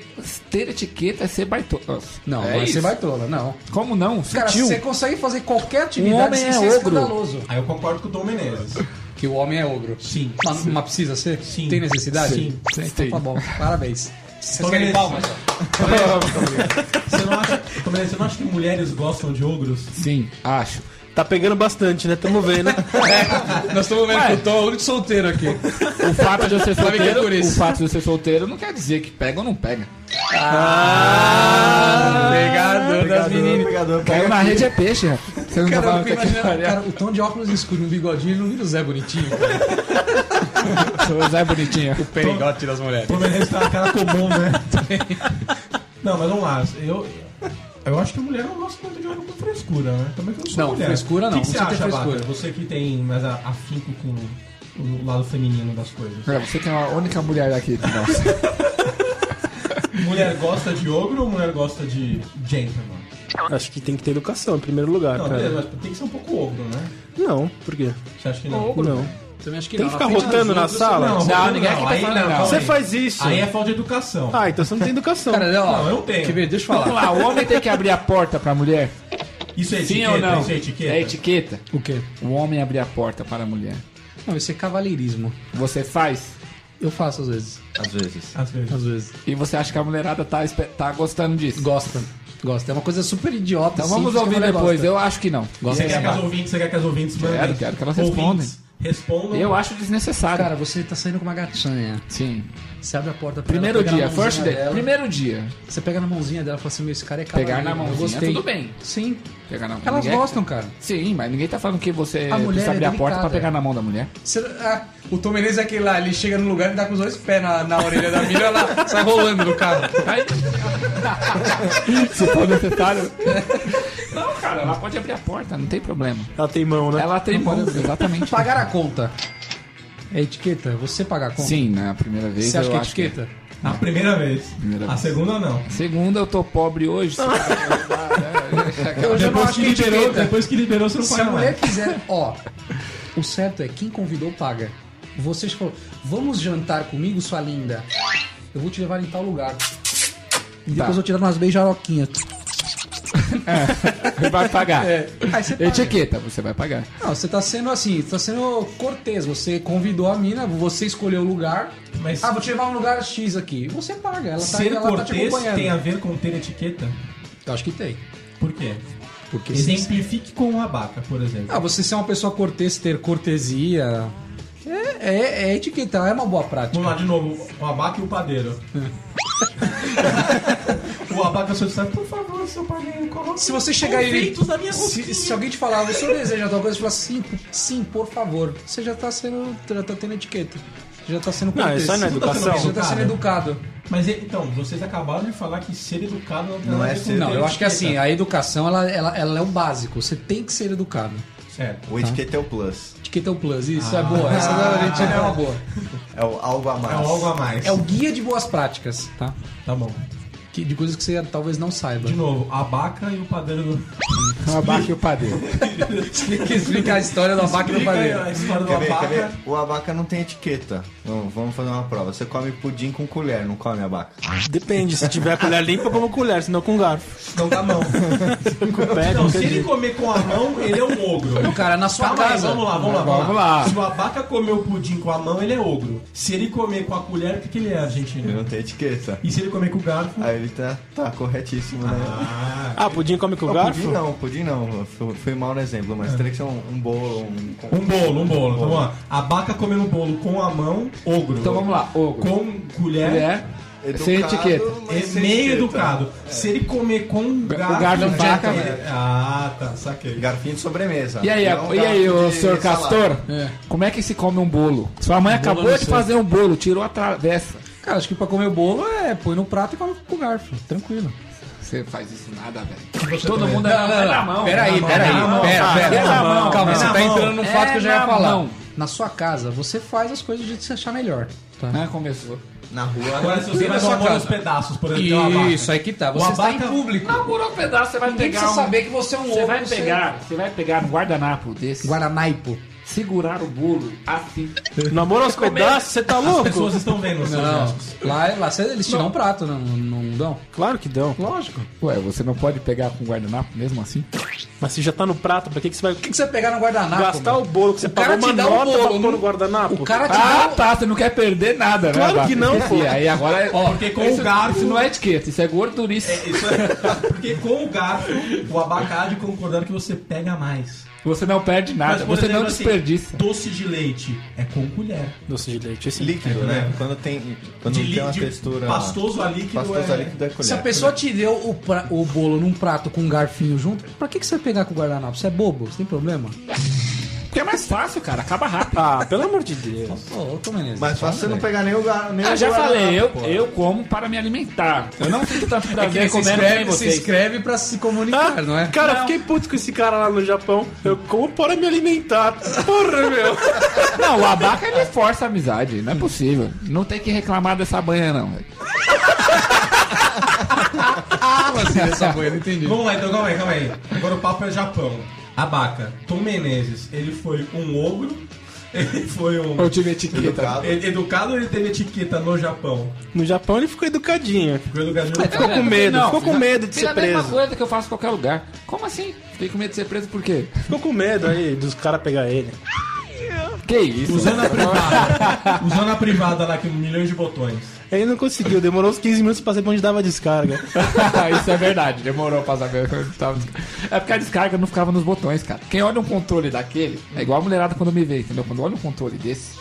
E: ter etiqueta é ser baitola.
D: Não,
E: é
D: mas você
E: isso.
D: vai tola, não.
E: Como não?
D: Cara,
E: Sutil.
D: você consegue fazer qualquer
E: Um
D: atividade
E: homem
D: sem
E: é
D: ser
E: ogro.
D: escandaloso.
C: Aí eu concordo com o Dom Menezes.
D: Que o homem é ogro.
C: Sim.
D: Mas, mas precisa ser?
C: Sim.
D: Tem necessidade?
C: Sim.
D: Então tá bom, parabéns. Vocês
C: Tom
D: querem
C: Menezes.
D: palmas?
C: Você não acha, Dom Menezes, você não acha que mulheres gostam de ogros?
E: Sim, acho.
F: Tá pegando bastante, né? Tamo vendo.
D: Nós estamos vendo que eu tô o único solteiro aqui.
E: O fato de eu ser
D: Sabe que é
E: solteiro,
D: por
E: o
D: isso.
E: fato de eu ser solteiro não quer dizer que pega ou não pega.
D: Obrigado das meninas.
G: Obrigado,
E: Caiu na rede é peixe, rapaz. Você não tá
D: Cara, eu
E: falando
D: fico
E: que é que
D: imaginando,
E: faria.
D: cara, o tom de óculos escuro, um bigodinho, ele não vira o Zé bonitinho. cara.
E: O Zé é bonitinho.
D: O perigote das mulheres.
C: Dom Menezes tá na cara comum, né? Não, mas vamos lá. Eu, eu acho que mulher não gosta muito de ogro com frescura, né? Também que eu não sou
D: Não,
C: mulher.
D: frescura não,
C: O que, que você
D: não precisa
C: acha,
D: ter
C: Baca?
D: frescura.
C: Você que tem mais a- afinco com o lado feminino das coisas.
E: É, você que é a única mulher daqui. Nossa.
C: Mulher gosta de ogro ou mulher gosta de gentleman?
F: Acho que tem que ter educação em primeiro lugar,
C: Não,
F: cara.
C: beleza, mas tem que ser um pouco ogro, né?
F: Não, por quê?
C: Você acha que não?
F: Não.
D: Também acho que
F: Tem
D: não.
F: que ficar
D: na frente
F: rotando
D: dos
F: na
D: outros,
F: sala?
C: Não,
E: ninguém aqui tá
C: aí
E: falando não.
C: calma
F: Você
C: aí.
F: faz isso.
C: Aí é falta de educação.
F: Ah, então você não tem educação.
D: Cara, olha, ó,
C: Não, eu tenho.
D: Quer ver? Deixa eu
E: Vamos
D: falar.
E: lá, o homem tem que abrir a porta pra mulher?
C: Isso é
E: Sim
C: etiqueta?
E: ou não?
C: Isso é etiqueta?
E: É etiqueta.
D: O quê?
E: O homem abrir a porta para a mulher.
D: Não, isso é cavalheirismo.
E: Você faz?
D: Eu faço às vezes.
G: Às vezes.
C: Às vezes.
D: Às vezes.
E: E você acha que a mulherada tá, espe- tá gostando disso?
D: Gosta.
J: Gosto. É uma coisa super idiota.
E: Então
J: simples
E: vamos
J: que a
E: ouvir
J: mulher
E: depois.
J: gosta.
E: Eu acho que não.
C: Você
E: Gosto
C: quer que as
E: dessa.
C: ouvintes, você quer que as ouvintes mandem?
E: Quero, quero que elas
C: Ouvintes, Respondam.
E: Eu acho desnecessário.
D: Cara, você tá saindo com uma gatinha.
E: Sim.
D: Você abre a porta pra
E: Primeiro
D: ela, pega na
E: dia,
D: mãozinha
E: first day.
D: dela.
E: Primeiro dia.
D: Você pega na mãozinha dela e fala assim: meu, esse cara é cara.
E: Pegar na mãozinha,
D: Gostei.
E: tudo bem.
D: Sim.
E: Pegar na mão.
D: Elas
E: ninguém- é
D: gostam, cara.
E: Sim, mas ninguém tá falando que você
D: A mulher
E: precisa abrir
D: é
E: a porta pra
D: delicada.
E: pegar na mão da mulher.
D: Você- ah, o Tom Menezes é aquele lá, ele chega no lugar e dá com os dois pés na, na orelha da mina e ela sai rolando no carro.
E: Aí... Se for necessário. Não, cara, ela pode abrir a porta, não tem problema.
F: Ela tem mão, né?
E: Ela tem mão, exatamente.
D: Pagar a conta. É etiqueta? Você pagar a conta?
E: Sim, na primeira vez
D: Você acha
E: eu
D: que é
E: acho que-
D: etiqueta?
C: A primeira vez.
E: Primeira
C: a
E: vez.
C: segunda não.
E: Segunda, eu tô pobre hoje. se você me ajudar, né?
D: Eu já não
C: Depois
D: acho
C: que,
D: que é
C: liberou,
D: etiqueta. é um
C: depois que liberou, você não
D: Se a
C: paga
D: mulher
C: mais.
D: quiser, ó, o certo é quem convidou paga. Vocês falam, vamos jantar comigo, sua linda. Eu vou te levar em tal lugar. E
C: Tá.
D: depois eu vou te dar umas beijaroquinhas.
E: Vai
C: Ah.
E: pagar.
D: É.
E: É
D: Aí você paga.
E: Etiqueta, você vai pagar.
D: Não, você tá sendo assim, você tá sendo cortês. Você convidou a mina, você escolheu o lugar.
C: Mas
D: Ah, vou te levar a um lugar X aqui. E Você paga, ela tá,
C: ser
D: ela tá te
C: cortês
D: acompanhando.
C: tem a ver com ter etiqueta?
D: Eu acho que tem.
C: Por quê?
D: Porque se-
C: Exemplifique com a abaca, por exemplo.
D: Ah, você ser uma pessoa cortês, ter cortesia. É, é, é etiqueta, é uma boa prática.
C: Vamos lá de novo, o abaca e o padeiro. o abaca só disse, por favor, seu padeiro, coloca
D: Se você chegar
C: os
D: aí.
C: peitos É da minha
D: Se,
C: rosquinha.
D: se alguém te falar, "Ah, o senhor deseja alguma coisa, você fala sim, sim, por favor. Você já tá sendo. Já tá tendo etiqueta. Você já tá sendo
F: Não, isso aí não é
D: cortês.
F: educação.
D: Você já tá sendo educado.
C: Mas e- então, vocês acabaram de falar que ser educado não tem
G: Não
C: nada a
G: é
C: ver com
G: ser-
C: ter
D: Não, eu acho que assim,
C: etiqueta.
D: a educação ela, ela, ela é o básico. Você tem que ser educado.
C: Certo.
E: Tá.
G: O etiqueta é o plus.
D: Etiqueta é o plus, isso é
C: Ah.
D: boa. Essa da gente é uma boa.
G: É o algo a
C: É
G: mais.
C: algo a mais.
D: É o guia de boas práticas, tá?
C: Tá bom.
D: Que, de coisas que você talvez não saiba.
C: De novo, a abaca e o padeiro do...
E: Então abaixa o padeiro.
D: Tem que explicar a história da máquina do padeiro.
C: a história do
G: Quer ver,
C: abaca.
G: quer ver? O abaca não tem etiqueta. Vamos, vamos fazer uma prova. Você come pudim com colher, não come abaca.
F: Depende, se tiver a colher limpa, vamos com colher, senão com garfo.
C: Não dá mão.
F: Com o pé,
C: Não,
F: com
C: se ele
F: queijo.
C: comer com a mão, ele é um ogro.
D: Não, cara, na sua
C: Calma aí,
D: Tá casa.
C: vamos lá, vamos lá,
E: Vamos lá.
C: Se o abaca comer o pudim com a mão, ele é ogro. Se ele comer com a colher, o que, que ele é,
G: Ele
C: argentino?
G: não tem etiqueta.
C: E se ele comer com o garfo?
G: Aí ele tá, tá corretíssimo, né?
C: Ah,
F: Ah, pudim come com
G: Não,
F: garfo?
G: pudim não, pudim não. Fui, fui mal no exemplo, mas teria que ser um, um bolo, um...
C: um bolo, um bolo. Então, ó, abaca comendo um bolo com a mão, ogro.
E: Então vamos lá, ogro.
C: Com colher,
E: Mulher,
G: Educado,
E: sem etiqueta.
C: é
G: mas sem
C: meio
G: etiqueta.
C: educado. Se ele comer com um garfo,
E: garfo
C: ele-
E: abaca,
C: ele-
E: velho.
C: Ah, tá, saquei.
G: Garfinho de sobremesa.
E: E aí,
G: Não
E: e aí,
G: garfo
E: ô,
G: de
E: senhor
G: salada.
E: Castor? Como é que se come um bolo? Sua mãe acabou
D: não
E: de
D: sei.
E: fazer um bolo, tirou a travessa.
D: Cara, acho que pra comer o bolo é põe no prato e come com o garfo. Tranquilo.
E: Você faz isso
C: Tá
E: nada, velho. Todo mundo é é na mão.
D: Peraí, peraí,
C: mão,
D: pera, pera.
E: é na mão,
D: Calma,
C: é
D: você
C: na
D: tá
C: mão.
D: entrando num
E: É
D: fato que eu já
E: na
D: ia falar.
E: mão.
D: Na sua casa, você faz as coisas do jeito que você achar melhor. Tá?
E: Ah, começou.
G: Na rua.
C: Agora, se você
D: Dentro
C: vai
D: da sua
C: tomar uns
D: casa.
C: pedaços, por exemplo, tem uma é
D: Isso, aí que tá. Você
C: O
D: está em
C: abaca-
D: público.
E: Não, por um pedaço você vai
D: Ninguém
E: pegar.
D: precisa
E: um-
D: saber que você é um
E: Você
D: ovo.
E: vai pegar, você vai pegar um guardanapo desse,
D: Guaranaipo.
E: segurar o bolo assim.
F: Namoro aos pedaços, você tá
C: As
F: louco?
C: pessoas estão vendo os seus
D: Não,
C: gestos.
D: lá, lá cê- eles te dão um prato, não, não dão?
F: Claro que dão.
D: Lógico. O
E: Ué, você não pode pegar com guardanapo mesmo assim?
F: Mas se já tá no prato, pra que, que você vai
D: que, que você vai pegar no guardanapo?
F: gastar
D: mano?
F: o bolo que você
D: Ah, O cara
F: pagou uma
D: te dá o
F: nota pra
D: bolo,
F: pôr no
D: não-
F: guardanapo?
D: O cara te
E: Ah,
D: dá. um-
E: tá, você não quer perder nada, né?
F: Claro
E: Abaca?
F: que não, pô.
E: E aí agora é...
D: Ó,
C: Porque com o garfo...
E: Isso não é etiqueta, isso é gordurice.
C: Isso é- porque com o garfo, o abacate concordando que você pega mais.
E: Você não perde nada,
C: por
E: você
C: exemplo,
E: não
C: assim,
E: desperdiça.
C: doce de leite é com colher.
F: Doce de leite, esse
G: Líquido, né? Quando tem, quando
C: De
G: tem
C: li-
G: uma
C: de
G: textura...
C: pastoso a líquido
G: Pastoso
C: é-
G: a líquido é colher.
D: Se a pessoa te deu o, pra- o bolo num prato com um garfinho junto, pra que, que você vai pegar com o guardanapo? Você é bobo? Você tem problema?
E: Porque é mais fácil, cara, acaba rápido.
F: Ah, pelo amor de Deus.
D: Ô, ô, Tom Menezes.
G: Mas fácil você não pegar nem o gar... nem
E: Eu
G: o
E: já
G: guardanapo,
E: falei, eu,
G: pô.
E: eu como para me alimentar. Eu não sinto tanto
D: É que
E: prazer
D: nem se
E: Tá comendo
D: inscreve,
E: nem
D: se
E: vocês. Ah,
D: inscreve pra se comunicar, não é?
F: Cara, eu fiquei puto com esse cara lá no Japão. Eu como para me alimentar. Porra, meu.
E: Não, o abaca ele força a amizade, não é possível. Não tem que reclamar dessa banha, não. velho.
D: Fala assim dessa boia, não entendi.
C: Vamos lá, então calma aí, calma aí. Agora o papo é Japão. Abaca, Tom Menezes, ele foi um ogro, ele foi um.
E: Eu tive etiqueta.
G: Educado.
C: Ele- Educado ou ele teve etiqueta no Japão?
F: No Japão ele ficou educadinho.
C: Porque o educado não
F: Ficou com medo, ficou com medo de
E: Fiz
F: ser
E: a mesma
F: preso.
E: coisa que eu faço em qualquer lugar. Como assim? Fiquei com medo de ser preso por quê?
F: Ficou com medo aí dos caras pegar ele.
E: Que isso?
C: Usando a privada. Usando a privada lá, que milhões de botões.
F: Ele não conseguiu, demorou uns 15 minutos pra saber onde dava a descarga.
E: Isso é verdade, demorou pra saber. onde tava a descarga. É porque a descarga não ficava nos botões, cara. Quem olha um controle daquele, é igual a mulherada quando me vê, entendeu? Quando olha um controle desse.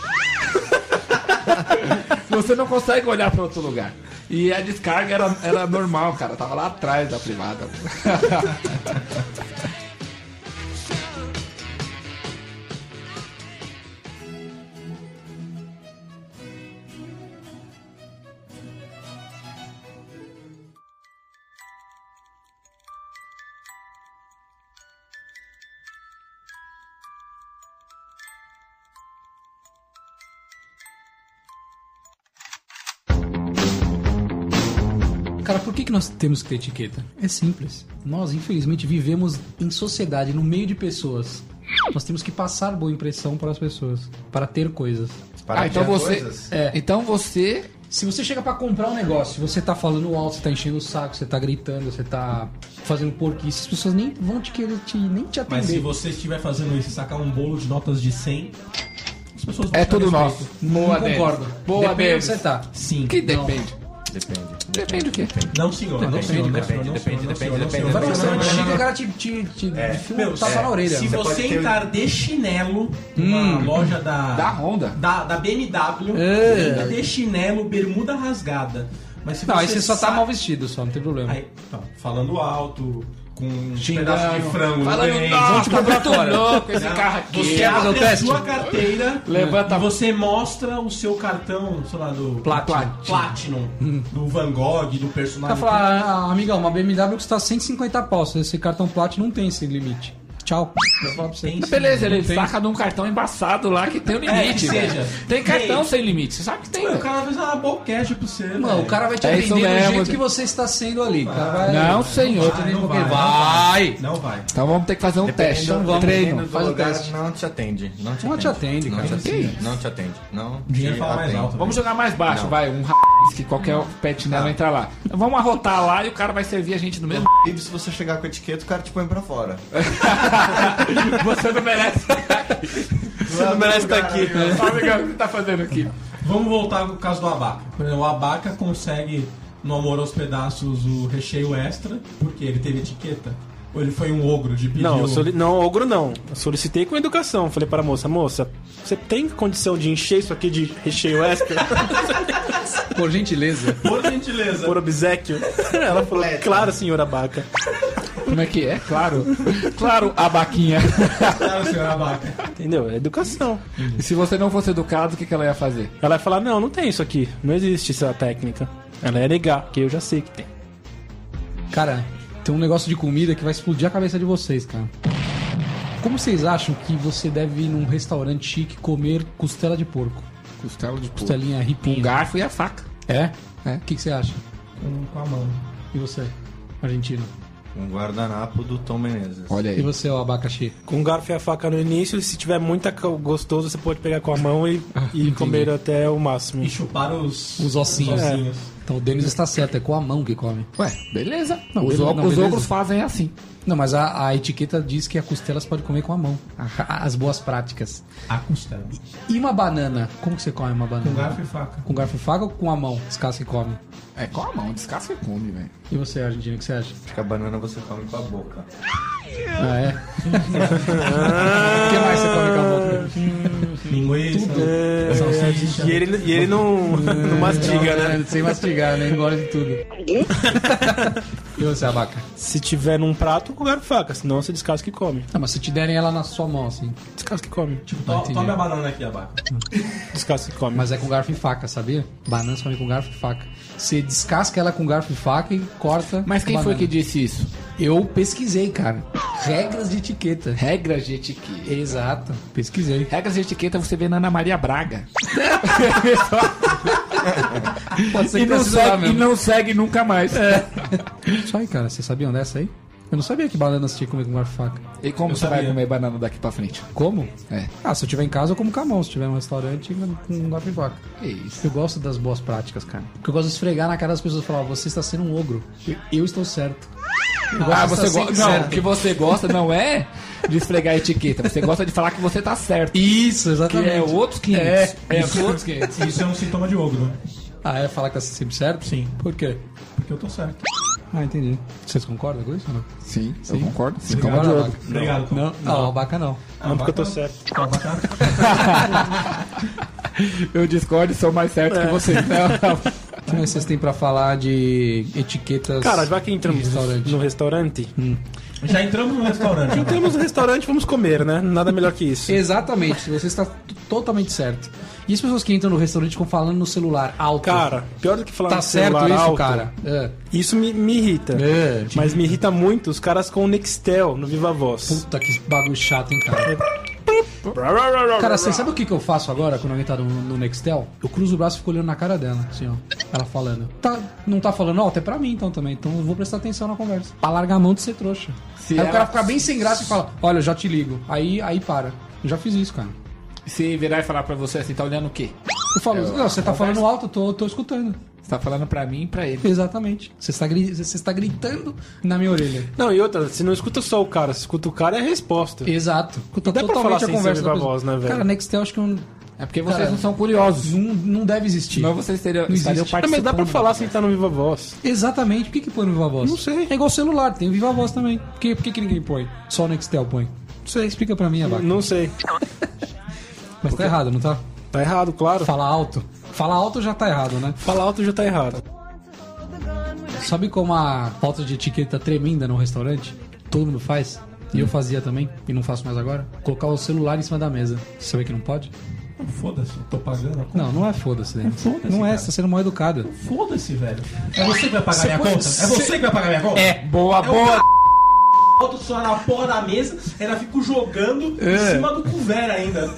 E: Você não consegue olhar pra outro lugar. E a descarga era, era normal, cara. Tava lá atrás da privada.
D: Cara, por que, que nós temos que ter etiqueta? É simples. Nós, infelizmente, vivemos em sociedade, no meio de pessoas. Nós temos que passar boa impressão para as pessoas, para ter coisas.
E: Ah, então
G: tirar
E: você.
G: coisas?
D: É.
E: Então você.
D: Se você chega pra comprar um negócio, você tá falando alto, você tá enchendo o saco, você tá gritando, você tá fazendo porquice, as pessoas nem vão te querer te, nem te atender.
C: Mas se você estiver fazendo isso e sacar um bolo de notas de 100, as pessoas vão
E: É
C: te
E: tudo
C: respeitar.
E: nosso.
D: Não
E: Boa, Denis.
D: concordo.
E: Boa,
D: Depende de onde
E: Denis.
D: você tá.
C: Sim.
E: Que depende.
G: Depende.
E: Depende do quê?
C: Não, senhor. Não,
G: Depende,
C: senhor. não,
G: depende,
C: senhor, não,
G: depende,
C: senhor, não,
G: depende,
C: senhor, não,
G: depende.
C: senhor.
D: Vai
G: Não,
D: num
G: não,
D: restaurante chique,
C: não,
D: o
C: não.
D: cara te, te, te enfia um
C: Meu, é,
D: tapa na orelha.
C: Se
G: Você
C: você,
G: pode ter-
C: entrar de chinelo numa
D: Hum.
C: loja da.
E: Da Honda.
C: Da, da BMW,
D: É.
C: entra de chinelo, bermuda rasgada. Mas se
D: Não, aí
C: você
D: você só tá
C: sai-
D: mal vestido só, não tem problema.
C: Aí, tá, falando alto, com um
D: Xingando,
C: pedaço de frango no
E: Falando,
C: dente.
E: nossa,
D: pra
E: muito
D: fora."
E: louco esse
C: Não,
E: carro aqui.
C: Você
D: Quer fazer o
C: abre a
D: teste?
C: sua carteira
E: Levanta
C: e você mostra o seu cartão, sei lá, do
D: Platinum.
C: Platinum, do Van Gogh, do
D: O
C: personagem.
D: cara fala, "Ah, amigão, uma BMW custa 150 pau, se esse cartão Platinum não tem esse limite. Tchau. Eu vou falar pra você.
C: Tem-
E: Ah, Beleza, ele
D: Tem-
E: saca de um cartão embaçado lá que tem o limite.
C: É, que
E: velho.
C: seja.
E: Tem cartão
C: Meio.
E: sem limite, você sabe que tem.
C: O
E: velho.
C: cara vai fazer uma boquete pra você.
D: Mano,
C: velho.
D: o cara vai te
E: É
D: atender
E: isso
D: do
E: mesmo,
D: jeito
E: tem-
D: que você está sendo ali. O cara vai...
E: Não, senhor.
D: Vai,
C: não vai,
D: vai.
C: não vai. Não vai.
E: Então vamos ter que fazer um teste.
G: Dependendo-
E: Treino.
G: dependendo do
D: faz o
G: lugar,
D: teste.
G: Não te atende. Não te
D: Não te atende,
G: Não
D: cara.
G: te
D: Que
G: atende. Não te atende. Não
C: O dinheiro
G: te
C: fala mais
G: atende.
C: alto.
E: Vamos jogar mais baixo,
G: Não.
E: vai. Um r... que qualquer pet nela entra lá. Vamos arrotar lá e o cara vai servir a gente no mesmo.
G: E se você chegar com etiqueta, o cara te põe pra fora.
E: Você não merece.
G: Você não merece estar aqui.
E: Fala, amigão, o que você tá fazendo aqui?
C: Vamos voltar pro caso do abaca. Por exemplo, o abaca consegue no Amor aos Pedaços o recheio extra, porque ele teve etiqueta. Ou ele foi um ogro de pedir
F: Não,
C: o...
F: eu soli... não, ogro não. Eu solicitei com educação. Falei para a moça, moça, você tem condição de encher isso aqui de recheio extra
D: Por gentileza.
C: Por gentileza.
F: por obsequio? É, Ela falou, claro, senhora Baca.
E: Como é que é? Claro. Claro, a baquinha.
C: Claro, senhor abaca.
F: Entendeu? É educação.
E: E se você não fosse educado, o que, que ela ia fazer?
F: Ela vai falar, não, não tem isso aqui. Não existe essa técnica. Ela ia negar, porque eu já sei que tem.
D: Cara, tem um negócio de comida que vai explodir a cabeça de vocês, cara. Como vocês acham que você deve ir num restaurante chique comer costela de porco?
E: Costela de porco.
D: Costelinha
E: Um
D: ripinha.
E: garfo e a faca.
D: É?
E: É.
D: O que, que você acha?
C: Com- Com a mão.
D: E você, argentino?
G: Um guardanapo do Tom Menezes.
E: Olha
D: E
E: aí.
D: você, o abacaxi?
F: Com o garfo e a faca no início, se tiver muito ac- gostoso, você pode pegar com a mão e, e comer até o máximo.
C: E chupar os...
D: Os ossinhos.
E: É.
C: os
D: Então o Denis está certo, é com a mão que come.
E: Ué, beleza.
D: Não,
E: os
D: beleza,
E: o-
D: não,
E: os
D: beleza.
E: ogros fazem assim.
D: Não, mas a, a etiqueta diz que a costela você pode comer com a mão. A- a- as boas práticas.
C: A costela.
D: E uma banana? Como que você come uma
C: Com
D: banana?
C: garfo e faca.
D: Com garfo e faca ou com a mão? Descasca e come.
E: É, com a mão, descasca e come, velho.
D: E você, Argentina, o que você acha?
G: Acho que a banana você come com a boca.
D: Ah, é? O que mais você come com
C: Linguiça. Salsicha.
F: E ele, e ele não, não mastiga,
D: a
F: né?
D: boca? Sem mastigar, né? Engole de tudo. E você, abaca?
F: Se tiver num prato, com garfo e faca. Senão você descasca e come.
D: Não, mas se te derem ela na sua mão, assim.
F: Descasca e come.
C: Tipo,
D: Ah,
C: to,
D: entendi.
C: tome a banana aqui, abaca.
F: Descasca e come.
D: Mas é com garfo e faca, sabia? Banana você come com garfo e faca. Você descasca ela com garfo e faca e corta.
E: Mas quem
D: a
E: foi
D: banana.
E: que disse isso?
D: Eu pesquisei, cara. Regras de etiqueta.
E: Regras de etiqueta.
D: Exato. Pesquisei.
E: Regras de etiqueta você vê na Ana Maria Braga.
D: Pode
E: E não,
D: precisar tipo,
E: segue, e não segue nunca mais. É.
D: Isso aí, cara. Você sabia dessa aí? Eu não sabia que bananas tinha que comer com uma faca.
E: E como
C: Eu
E: você vai
C: sabia.
E: comer banana daqui pra frente?
D: Como?
E: É.
D: Ah, se eu tiver em casa, eu como camão. Se tiver em um restaurante, eu não dá pra faca.
E: Que isso.
D: Eu gosto das boas práticas, cara. Porque eu gosto de esfregar na cara das pessoas e falar, você está sendo um ogro. Eu, eu estou certo. Eu gosto
E: Ah,
D: de
E: você
D: estar
E: gosta.
D: sempre
E: Não, o
D: certo.
E: que você gosta não é de esfregar a etiqueta. Você gosta de falar que você tá certo.
D: Isso,
E: Que
D: exatamente.
E: é outros 500.
D: É,
E: É, outros 500.
C: Isso é um sintoma de ogro,
D: Ah, é falar que tá sempre certo?
C: Sim.
D: Por quê?
C: porque eu tô certo.
D: Ah, entendi. Vocês concordam com isso ou não?
E: Sim, eu concordo. Então, Sim,
D: Não,
E: concordo.
D: abaca.
C: Obrigado. Tom.
D: Não, não, Ah, abaca não.
F: Não, porque eu tô certo.
C: Tom, bacana.
E: Eu discordo, sou mais certo que você. É. Não,
D: O que mais vocês têm pra falar de etiquetas?
F: Cara, já que entramos
D: Em restaurante. Hum.
F: no restaurante.
C: Já entramos no restaurante. agora.
F: Entramos no restaurante, vamos comer, né? Nada melhor que isso.
D: Exatamente, você está t- totalmente certo. E as pessoas que entram no restaurante ficam falando no celular alto?
F: Cara, pior do que falar
D: tá
F: no
D: certo
F: celular
D: isso,
F: alto,
D: cara? É.
F: Isso me, me irrita.
D: É,
F: Mas me irrita muito os caras com o Nextel no Viva Voz.
D: Puta que bagulho chato, hein, cara. Cara, você sabe o que, que eu faço agora quando alguém tá no, no Nextel? Eu cruzo o braço e fico olhando na cara dela, assim, ó. Ela falando. Tá, não tá falando alto? É pra mim então também. Então eu vou prestar atenção na conversa. Pra largar a mão de ser trouxa.
E: Se
D: aí
E: ela-
D: o cara fica bem sem graça e fala: Olha, eu já te ligo. Aí, aí para. Eu já fiz isso, cara.
E: Se virar e falar pra você assim, tá olhando o quê?
D: Eu falo:
E: É,
D: Não, você tá falando alto, eu tô, eu tô escutando.
E: Você tá falando pra mim e pra ele.
D: Exatamente. Você está, gri- você está gritando na minha orelha.
F: Não, e outra, você não escuta só o cara, você escuta o cara é a resposta.
D: Exato. Escuta
F: dá pra falar sem ser viva
D: pessoa.
F: voz, né, velho?
D: Cara, Nextel acho que não,
E: É porque vocês
D: Cara,
E: não são curiosos.
D: não, não deve existir.
E: Senão vocês teriam,
D: Não
E: estariam
D: existe.
F: Não, mas
E: participando.
F: dá pra falar sem estar no Viva Voz.
D: Exatamente. Por que, que põe no Viva Voz?
F: Não sei.
D: É igual celular, tem o Viva Voz também. Por que, por que, que ninguém põe? Só o Nextel põe. Você explica pra mim, Abaca.
F: Não sei.
D: Mas tá errado, não tá?
F: Tá errado, claro.
D: Falar alto. Falar alto já tá errado, né?
F: Falar alto já tá errado.
D: Sabe como a falta de etiqueta tremenda num restaurante? Todo mundo faz. E eu fazia também, e não faço mais agora. Colocar o celular em cima da mesa. Você sabia que não pode?
C: Foda-se, eu tô pagando a conta.
D: Não, não é foda-se, Denis.
C: foda-se,
D: Não é,
C: cara.
D: você tá sendo mal educado.
C: Foda-se, velho. É você que vai pagar minha conta? É você que vai pagar minha conta?
E: Boa,
C: É o cara bota o celular na porra da mesa, ainda fico jogando em cima do couvera ainda.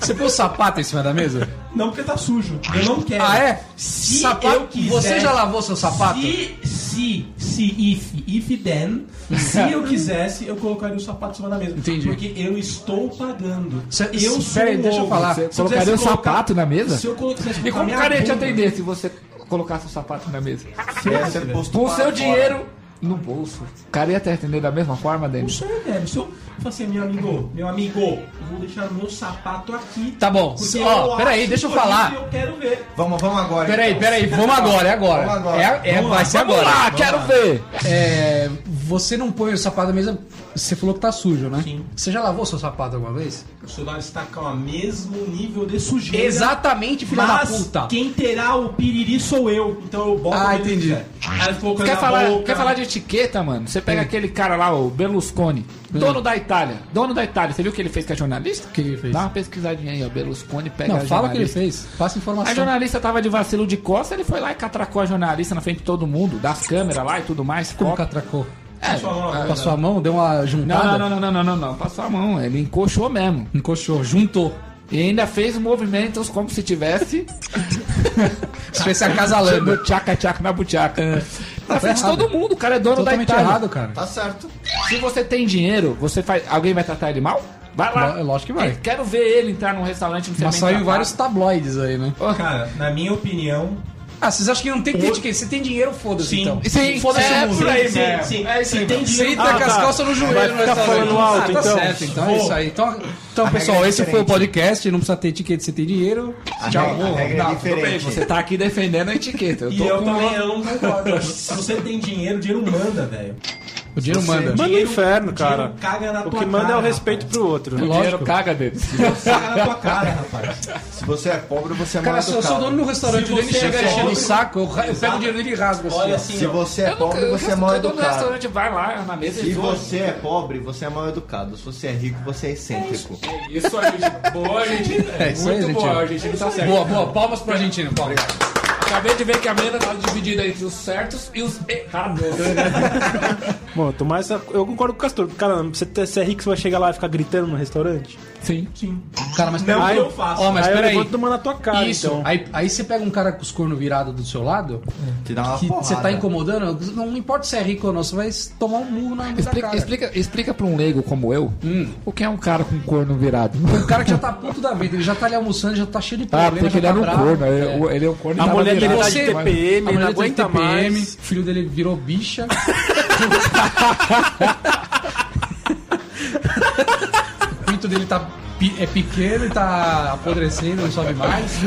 D: Você põe o sapato em cima da mesa?
C: Não porque tá sujo. Eu não quero.
D: Ah, é?
C: Se
D: Sapato-
C: eu quiser.
D: Você já lavou seu sapato?
C: Se, se, se, if, if then, se eu quisesse, eu colocaria o sapato em cima da mesa.
D: Entendi.
C: Porque eu estou pagando.
D: Cê-
C: eu sou
D: peraí,
C: um
D: deixa eu
C: ogro.
D: falar. um
C: Se
E: Você
C: quisesse
E: colocaria o
C: colocar-
E: sapato na mesa?
C: Se eu colocasse
E: E como o cara ia te atender se você colocasse o sapato na mesa?
G: Quer ser posto
E: Com o
G: É, para
E: seu
G: fora.
E: dinheiro no bolso. O cara ia te atender da mesma forma,
C: Não
E: Denis?
C: sei, velho. Se eu falar assim, meu amigo, meu amigo, eu vou deixar meu sapato aqui.
D: Tá bom.
C: porque
D: Ó,
C: eu
D: peraí,
C: acho
D: deixa eu
C: bonito
D: falar.
C: e Eu quero ver.
G: Vamos, vamos agora.
D: Peraí,
G: então.
D: peraí, vamos agora, é agora.
G: Vamos agora.
D: É, é-
C: Vamos
D: vai
C: lá,
D: ser
E: Vamos
D: agora.
E: lá, quero ver!
D: É, você não põe o sapato na mesa. Você falou que tá sujo, né?
C: Sim.
D: Você já lavou seu sapato alguma vez?
C: O celular está com o mesmo nível de sujeira.
D: Exatamente, filha
C: Mas
D: da puta.
C: quem terá o piriri sou eu. Então eu boto
D: Ah,
C: o piriri,
D: entendi.
C: cara. Aí eu coloco
E: Quer
C: na
E: falar,
C: boca.
E: quer falar de etiqueta, mano? Você pega aquele cara lá, o Berlusconi, dono da Itália. Dono da Itália, você viu o que ele fez com a jornalista?
D: O que ele fez?
E: Dá uma pesquisadinha aí, ó. Berlusconi pega
D: não,
E: a
D: fala o que ele
E: jornalista.
D: fez. Passa informação.
E: A jornalista tava de vacilo de costas, ele foi lá e catracou a jornalista na frente de todo mundo, das câmeras lá e tudo mais.
D: Como
E: foto.
D: catracou?
E: É,
C: Sua mão,
F: Ah,
D: Com a sua mão, deu uma
E: Não,
D: juntada?
E: não, não, não, não, não, não, não. Passou a mão, ele encoxou mesmo.
D: Encoxou, juntou.
E: E ainda fez movimentos como se tivesse
D: Se fez a casalando.
E: no tchaca tchaca na butiaca. Na frente de
D: errado.
E: todo mundo, o cara é dono
D: Totalmente
E: da Itália.
D: errado, cara.
G: Tá certo.
E: Se você tem dinheiro, você faz. Alguém vai tratar ele mal? Vai lá.
D: Lo- lógico que vai.
E: Eu quero ver ele entrar num restaurante no
D: Mas saiu em vários tabloides aí, né?
C: Cara, na minha opinião.
D: Ah, vocês acham que não tem que ter etiqueta? Você tem dinheiro, foda-se
C: Sim.
D: então.
E: Sim,
D: Foda-se
E: é
D: o mundo.
E: por aí,
C: sim,
E: mesmo.
C: sim.
E: É isso
C: Se
E: aí
C: tem
E: mesmo.
C: dinheiro.
D: Eita,
F: Ah,
D: com as
F: tá.
D: calças no joelho,
F: Vai
D: no
F: ficar
D: restaurante.
F: falando alto,
D: ah, tá
F: então.
D: certo, então é isso aí. Então, então pessoal,
E: é
D: esse foi o podcast. Não precisa ter etiqueta, você tem dinheiro.
G: A
E: Tchau,
G: regra, a regra é
E: não, tudo bem,
G: diferente.
E: você tá aqui defendendo a etiqueta. Eu
C: E
E: tô
C: eu
E: com
C: também eu não concordo. Se você tem dinheiro, o dinheiro manda, velho.
D: O dinheiro manda.
F: Manda no
C: Dinheiro-
F: inferno,
C: dinheiro
F: cara.
C: Caga
D: Tá
C: na
F: O
C: tua
F: que manda é o
C: cara,
F: respeito pro outro.
E: o dinheiro caga deles.
C: rapaz. Caga na tua cara, rapaz. Então,
G: Se você é pobre, você é
D: Cara,
G: mal
D: se eu sou
G: educado.
D: dono do restaurante,
C: Se
D: o Denis
C: você
D: chega
C: é
D: enchendo o
C: pobre-
D: saco, eu, ra- eu pego o dinheiro dele e rasgo assim.
C: Olha
D: ó.
C: assim,
G: Se
C: ó.
G: você é pobre, você é mal
E: todo
G: educado.
E: restaurante vai lá na mesa
G: Se
E: e zoa.
G: você é pobre, você é mal educado. Se você é rico, você é excêntrico.
E: Isso aí, gente. Boa, gente.
D: É isso aí,
E: Muito boa,
D: Argentina.
E: gente. Não tá certo.
D: Boa, boa. Palmas pra Argentina, palmas.
E: Acabei de ver que a mesa tá dividida entre os certos e os errados.
F: Bom, eu, mais, eu concordo com o Castor. Cara, você, ter- você é rico, você vai chegar lá e ficar gritando no restaurante?
D: Sim.
C: Sim.
D: Cara, mas
C: Não
D: peraí.
C: que eu faça.
D: Ó, mas
F: aí eu
D: peraí.
F: levanto tomar na tua cara,
D: Isso.
F: então.
D: Aí, aí você pega um cara com os cornos virados do seu lado,
G: Te dá uma
D: que
G: porrada.
D: você tá incomodando, não importa se é rico ou não, você vai tomar um murro na, na
E: Explica,
D: cara.
E: explica, explica pra um leigo como eu o que é um cara com corno virado.
D: O cara que já tá puto da vida, ele já tá ali almoçando, já tá cheio de
E: Ah,
D: problema.
E: porque ele
D: já
E: era
D: tá
E: um
D: bravo,
E: corno. ele-
D: é.
E: o- Ele é um corno
F: A
E: e tava
F: mulher dele
E: virado.
F: tá de
D: Você-
F: TPM,
D: a mulher
F: não
D: dele teve
F: aguenta mais.
D: O filho dele virou bicha. o pinto dele tá pe- é pequeno e tá apodrecendo, não sobe mais.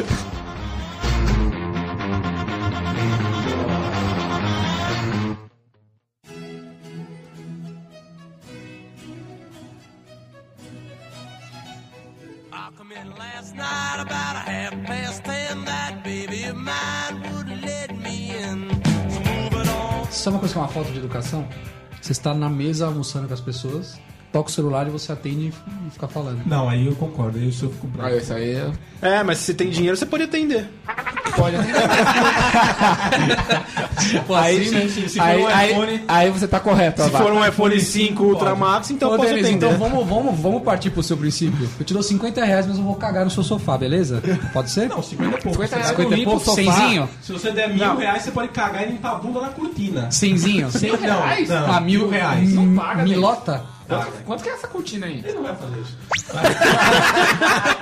D: Sabe uma coisa que é uma falta de educação? Você está na mesa almoçando com as pessoas, toca o celular e você atende e fica falando.
C: Não, aí eu concordo, aí eu sou fico bravo.
E: Ah, isso aí é-
F: É, mas se você tem dinheiro, você pode atender.
E: pode. aí,
C: sim, sim, se for
E: aí,
C: um
E: aí-
C: iPhone-
E: aí você tá correto,
F: Se
E: Avá.
F: for um iPhone 5 Ultramax, então
D: Ô,
F: eu posso
D: Denis,
F: atender.
D: então vamos, vamos, vamos partir pro seu princípio. Eu te dou 50 reais, mas eu vou cagar no seu sofá, beleza? Pode ser?
C: Não, 50 é pouco.
E: 50 reais.
D: 50
E: eu
D: e
E: limpo o
D: pouco,
E: sofá.
D: cenzinho?
C: Se você der mil
F: Não.
C: reais, você pode cagar e limpar a bunda na cortina.
D: Cenzinho?
C: Não, não,
D: Ah, mil
C: reais.
D: Não
E: paga,
D: Milota?
E: Quanto, quanto que é essa cortina aí?
C: Ele não Então vai fazer isso.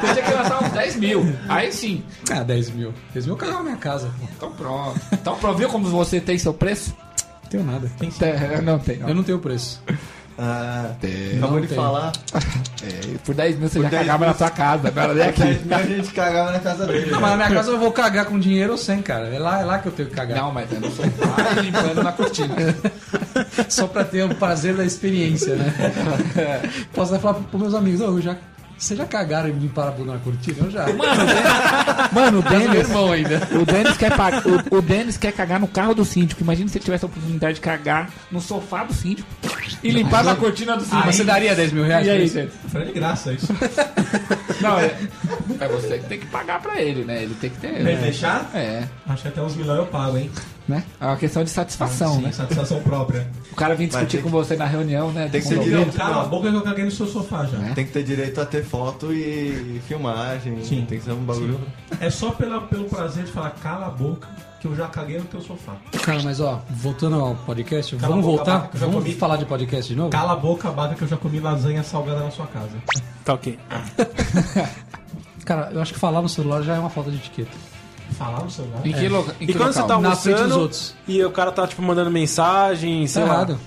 E: Você tinha que gastar uns 10 mil. Aí sim.
D: Ah, 10 mil. 10 mil cagou na minha casa. pô.
E: Então pronto. Então pronto, viu como você tem seu preço?
D: Não tenho nada.
E: É, não tem. não.
D: Eu não tenho preço.
G: Ah,
D: Não
G: acabou de
D: tem.
G: falar.
E: É, por 10 mil você já
G: 10
E: cagava
G: mil-
E: na sua casa. Não era nem aqui.
G: 10 mil a gente cagava na casa dele. né?
D: Não, mas na minha casa eu vou cagar com dinheiro ou sem, cara. É lá, é lá que eu tenho que cagar.
E: Não, mas é no sofá
D: tá
E: e limpando na cortina.
D: Só pra ter o prazer da experiência, né? Posso até falar pros meus amigos, "Ô, eu já. Vocês já cagaram e limparam a bunda na cortina? Eu já.
E: Mano, o Denis,
D: irmão ainda.
E: o, Denis quer pa- o- o Denis quer cagar no carro do síndico. Imagina se ele tivesse a oportunidade de cagar no sofá do síndico e limpar na cortina do síndico.
D: Ah, você daria 10 mil reais?
E: E aí,
D: pra isso?
E: gente?
C: Foi de graça isso.
E: Não, é, é você que tem que pagar pra ele, né? Ele tem que ter.
C: Vai
E: Né?
C: fechar?
E: É,
C: Acho que até uns milhões eu pago, hein?
E: né? É uma questão de satisfação,
C: Sim,
E: né?
C: satisfação própria.
E: O cara vem discutir
G: tem
E: com você na reunião, né? do
G: Tem que ser
E: condomínio.
G: direito.
C: Cala a boca que eu caguei no seu sofá já.
D: É?
G: Tem que ter direito a ter foto e filmagem.
C: Sim.
G: Tem que ser um bagulho.
C: É só pela, pelo prazer de falar, cala a boca, que eu já caguei no teu sofá.
D: Cara, mas ó, voltando ao podcast,
C: Cala
D: vamos
C: a boca,
D: voltar?
C: vaca, que eu já
D: vamos
C: comi.
D: falar de podcast de novo?
C: Cala a boca, baga, que eu já comi lasanha salgada na sua casa.
F: Tá ok.
D: Cara, eu acho que falar no celular já é uma falta de etiqueta.
C: Falar no celular?
E: Em que loca- em
F: E
E: que
F: quando você tá
E: local?
D: Na frente dos
F: almoçando
D: outros.
F: e o cara tá, tipo, mandando mensagem,
D: Isso
F: sei
D: é
F: lá.
D: errado.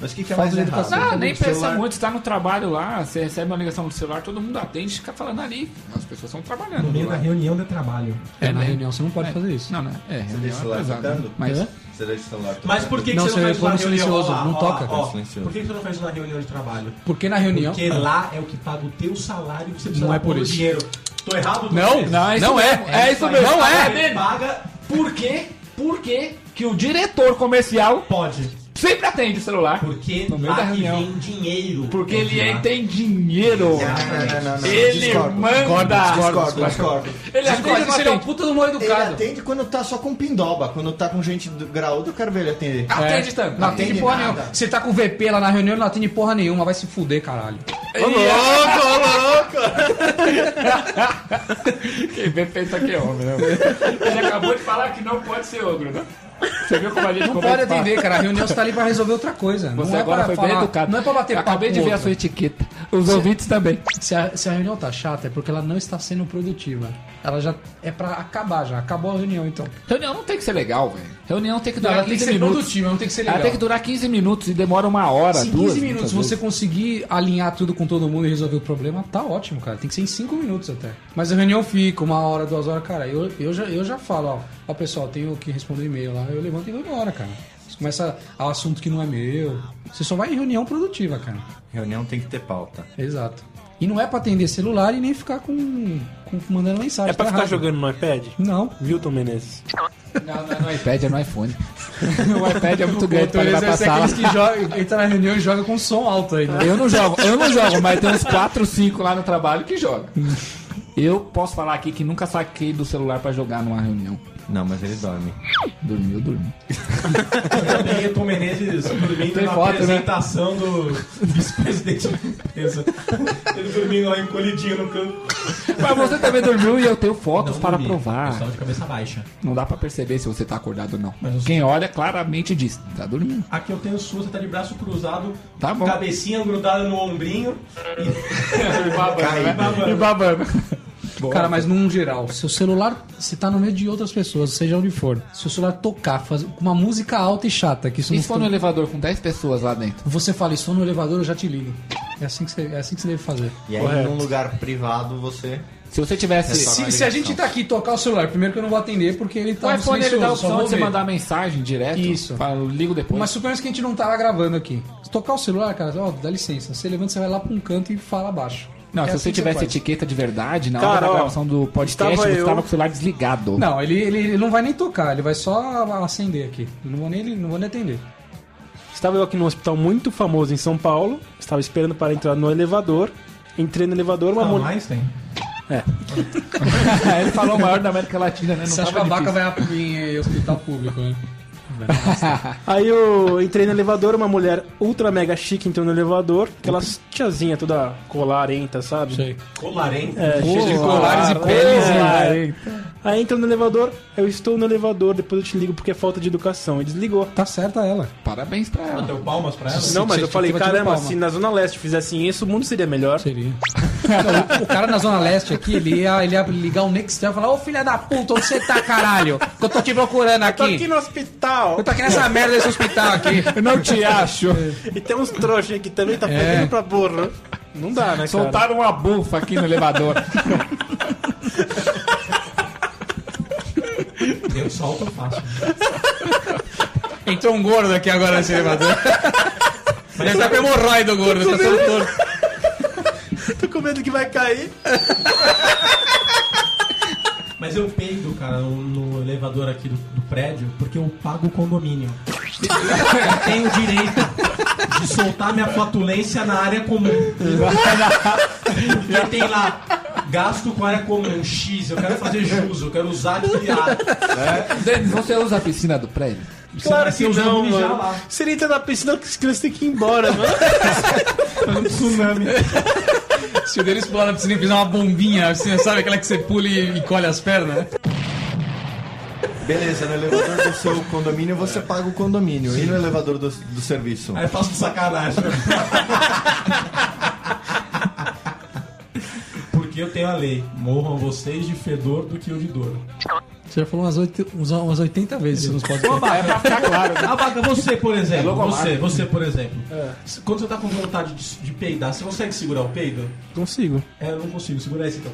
G: Mas o que, que é
D: Falta
G: mais
D: de
G: errado?
D: educação.
E: Não, Ah, nem
G: Celular-
E: pensa muito, você tá no trabalho lá, você recebe uma ligação do celular, todo mundo atende, fica falando ali. As pessoas estão
C: No
E: trabalhando.
C: meio da
E: lá.
C: reunião de trabalho.
D: É, na
E: né?
D: reunião você não pode fazer isso. tá?
E: Não, né? É,
G: Você deixa o
E: reunião é
G: celular
E: pesado.
G: tocando?
E: Mas,
D: Hã?
G: Você deixa o celular
C: Mas por que, que
D: Não,
C: você não
D: você
C: faz isso na
D: põe no
C: reunião?
D: silencioso,
C: Ó lá,
D: não
C: ó
D: toca.
C: lá, ó.
G: É silencioso.
C: Por que que você não faz isso na reunião de trabalho?
D: Porque na reunião.
C: Porque lá é o que paga o teu salário e você precisa
D: Não é
C: dar
D: por
C: todo o
D: isso.
C: dinheiro. Tô errado?
D: Não,
C: Denis?
D: não é isso mesmo. É isso mesmo. Não é.
C: Ele paga,
E: Por quê? Por quê que o diretor comercial
C: pode.
E: sempre atende o celular?
C: Porque
E: No meio
C: lá
E: da
C: que
E: reunião.
C: vem dinheiro.
E: Porque
C: É
E: ele
C: de lá.
E: é- tem dinheiro.
G: Não, não, não, não.
E: Ele manda.
G: Discordo, discordo.
E: Ele atende
D: Isso
E: no
D: seria um
E: atendente.
D: puta do mal
G: Ele
D: educado.
G: atende quando tá só com pindoba. Quando tá com gente do graúdo, eu quero ver ele atender.
E: É.
D: É.
E: Atende tanto.
D: Não atende
G: Atende
D: porra
G: nada.
D: nenhuma. Você tá com VP lá na reunião, não atende porra nenhuma, vai se fuder, caralho.
E: Quem vê pensa que é homem, né? Ele acabou de falar que não pode ser ogro, né? Você viu como a gente
D: Não
E: conversa
D: pode
E: e fala?
D: atender, cara. é A reunião você tá ali pra resolver outra coisa.
E: Você
D: não é
E: agora
D: pra
E: foi
D: falar,
E: bem educado.
D: Não é pra bater
E: Eu
D: papo
E: Acabei de
D: com
E: ver a
D: outro.
E: sua etiqueta. Os ouvintes também.
D: Se a, se a reunião tá chata, é porque ela não está sendo produtiva. Ela já é pra acabar já. Acabou a reunião, então.
E: Reunião não tem que ser legal, velho. Reunião tem que
D: Não,
E: durar
D: ela tem que
E: 15
D: ser
E: minutos.
D: produtiva, não tem que ser legal.
E: Ela tem que durar 15 minutos e demora uma hora,
D: Se em
E: duas.
D: 15 minutos
E: muitas
D: você
E: vezes.
D: conseguir alinhar tudo com todo mundo e resolver o problema, tá ótimo, cara. Tem que ser em 5 minutos até. Mas a reunião fica, uma hora, duas horas, cara. Eu, eu, já, eu já falo, ó, ó, pessoal, tenho que responder e-mail lá. Eu levanto e vou embora, cara. Você começa o assunto que não é meu. Você só vai em reunião produtiva, cara.
G: Reunião tem que ter pauta.
D: Exato. E não é pra atender celular e nem ficar com, com mandando mensagem.
F: É pra
D: tá
F: ficar
D: errado.
F: jogando no iPad?
D: Não.
F: Milton Menezes.
E: Não, não é no iPad, é no iPhone. o iPad é muito grande pra
D: Então,
E: levar pra
D: esse é
E: sala.
D: aqueles que joga, entra na reunião e joga com som alto né? ainda.
E: Eu não jogo, eu não jogo, mas tem uns 4, 5 lá no trabalho que joga. Eu posso falar aqui que nunca saquei do celular pra jogar numa reunião.
G: Não, mas ele dorme.
E: Dormiu, dormiu.
C: Também é Tom Menezes dormindo
E: Tem
C: na
E: foto, né?
C: apresentação do vice-presidente da empresa. Ele dormindo lá encolhidinho no canto.
E: Mas você também dormiu e eu tenho fotos
C: Não
E: para
C: dormi, Eu
E: provar.
C: estava de cabeça baixa.
E: Não dá pra perceber se você tá acordado ou não.
C: Mas eu-
E: Quem olha claramente diz, tá dormindo.
C: Aqui eu tenho sua, você tá de braço cruzado,
E: Tá bom.
C: cabecinha grudada no ombrinho.
G: Cai.
E: E babando.
D: Cara, mas num geral, seu celular, você tá no meio de outras pessoas, seja onde for. Se o celular tocar, faz com uma música alta e chata, que isso
E: E
D: não
E: se for no elevador com 10 pessoas lá dentro?
D: Você fala, estou no elevador, eu já te ligo. É assim que você, é assim que você deve fazer.
G: E aí, num lugar privado, você.
E: Se você tivesse...
G: Só na
D: Se, se a
G: ligação.
D: gente tá aqui e tocar o celular, primeiro que eu não vou atender, porque ele
E: O
D: tá
E: iPhone ele dá a
D: silencioso, só
E: opção
D: vou
E: de você
D: ver.
E: mandar mensagem direto.
D: Isso.
E: Fala, ligo depois.
D: Mas suponhamos que a gente não tava gravando aqui. Se tocar o celular, cara, ó, dá licença. Você levanta, você vai lá pra um canto e fala baixo.
E: Não,
D: É
E: se
D: assim
E: você
D: que
E: tivesse
D: faz.
E: etiqueta de verdade, na hora
F: Cara,
E: da
F: ó,
E: gravação do podcast,
F: estava
E: você
F: eu-
E: tava com o celular desligado.
D: Não, ele, ele, ele não vai nem tocar, ele vai só acender aqui. Eu Não vou nem, ele não vou nem atender.
F: Estava eu aqui num hospital muito famoso em São Paulo, estava esperando para entrar no elevador. Entrei no elevador, uma
C: Não,
F: mulher.
C: Einstein.
E: ele falou o maior da América Latina, né? Não
D: você acha que a
E: tava
D: vaca vai
E: difícil.
D: ap- em eh, hospital público, né?
F: Aí eu entrei no elevador, uma mulher ultra mega chique entrou no elevador, aquela tiazinha toda colarenta, sabe?
C: Colarenta.
F: É, cheia de
D: colares e peles,
F: peles. Aí entra no elevador, eu estou no elevador, depois eu te ligo porque é falta de educação. E desligou.
D: Tá certa ela.
E: Parabéns pra ela.
C: Deu palmas pra ela.
F: Não, mas
D: você
F: eu falei,
D: tinha que bater
F: caramba,
D: palma.
F: se na Zona Leste fizessem isso, o mundo seria melhor.
D: Seria. o, o cara na Zona Leste aqui, ele ia, ele ia ligar o Nextel e falar, ô filha da puta, onde você tá, caralho? Que eu tô te procurando aqui.
F: Tô aqui no hospital
D: Eu tô aqui nessa merda desse hospital aqui.
E: Eu não te
D: É,
E: acho.
F: e tem uns trouxas aqui também, tá fazendo pra burro. Não dá, né, cara?
E: Soltaram uma bufa aqui no elevador.
C: Eu solto fácil.
D: Entrou um gordo aqui agora nesse elevador. Deve estar com hemorroida o gordo, tá todo torto.
F: Tô com medo que vai cair.
C: Mas eu peido, cara, no, no elevador aqui do, do prédio, porque eu pago o condomínio. Eu tenho direito de soltar minha flatulência na área comum. E tem lá, gasto com área comum, X, eu quero fazer jus, eu quero usar de piada.
E: Denis, você usa a piscina do prédio?
F: Claro
C: Você
F: que
C: vai ser
F: não,
C: usando mijar
F: mano.
C: lá.
F: Se ele entrar na piscina, as crianças têm que ir embora, mano.
C: um Tsunami.
D: Se o deles pular na piscina e fizer uma bombinha, assim, sabe aquela que você pula e e colhe as pernas? né?"
G: Beleza, no elevador do seu condomínio você paga o condomínio. E no elevador do, do serviço?
C: Aí eu faço de sacanagem. Porque eu tenho a lei. Morram vocês de fedor do que eu de dor.
D: Você já falou umas, oito, uns- umas 80 vezes isso nos podcasts.
C: É pra ficar claro. Abaca, você, por exemplo. você, você, por exemplo. Se- Quando você tá com vontade de, de peidar, você consegue segurar o peido?
F: Consigo.
C: É, eu não consigo. Segura esse então.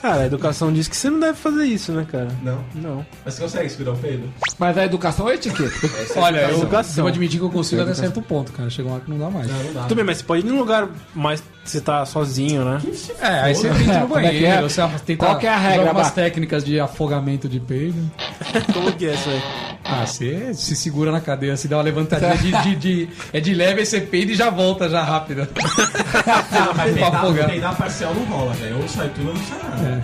F: Cara, a educação diz que você não deve fazer isso, né, cara?
C: Não.
F: Não.
C: Mas você consegue segurar o peido?
E: Mas a educação é etiqueta.
D: Olha, eu, eu
F: Educação.
D: vou admitir que eu consigo até certo ponto, cara. Chegou uma hora que não dá mais.
C: Não, não dá.
F: Tudo bem, mas você pode ir num lugar mais que você tá sozinho, né?
D: É, aí você entra no
E: Como é que
D: banheiro,
E: é?
D: você tenta
E: Qual que é a
D: usar
E: regra,
D: algumas
E: Baca?
D: técnicas de afogamento de peido.
F: Como que é isso aí?
D: Ah, você se segura na cadeira, se dá uma levantadinha de, de- de- É de leve, aí você peida e já volta, já rápido.
C: Ah, mas
D: Pra
C: peidar,
D: afogar.
C: peidar parcial não rola, velho. Ou sai tudo ou não sai nada.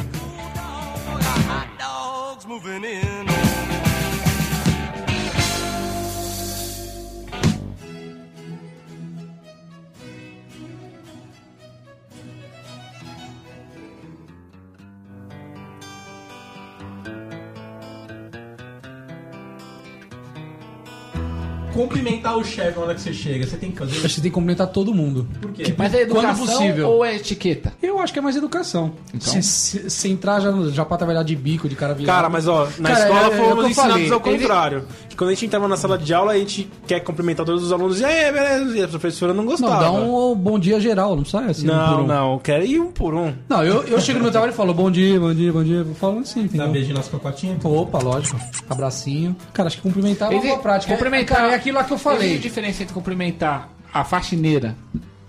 C: Cumprimentar o chefe na hora que você chega, você tem que fazer
D: Acho
C: isso.
D: que tem que cumprimentar todo mundo.
C: Por quê?
E: Mas é educação
D: Quando possível.
E: ou é etiqueta?
D: Eu acho que é mais educação. Se, se- se entrar já, já pra trabalhar de bico, de cara virada.
F: Então? Cara, mas ó, na
D: Cara, é- é o
F: escola
D: que
F: fomos
D: eu
F: ensinados
D: falei.
F: ao
D: Ele-
F: contrário. Que quando a gente entrava na sala de aula, a gente quer cumprimentar todos os alunos e aí, beleza. E a professora não
D: Não,
F: gostava.
D: dá um bom dia geral, não sai assim. um por
F: Não,
D: um.
F: não, quero ir um por um.
D: Não, eu, eu chego no meu trabalho e falo bom dia, bom dia, bom dia. Eu falo assim,
C: Dá
D: entendeu?
C: beijinho nas cocotinhas?
D: Opa, lógico. Abracinho. Cara, acho que cumprimentar é uma
E: Existe-
D: boa prática.
E: cumprimentar-
D: Cara, é aquilo lá que eu
E: Falei.
D: falei.
E: Existe diferença entre cumprimentar a faxineira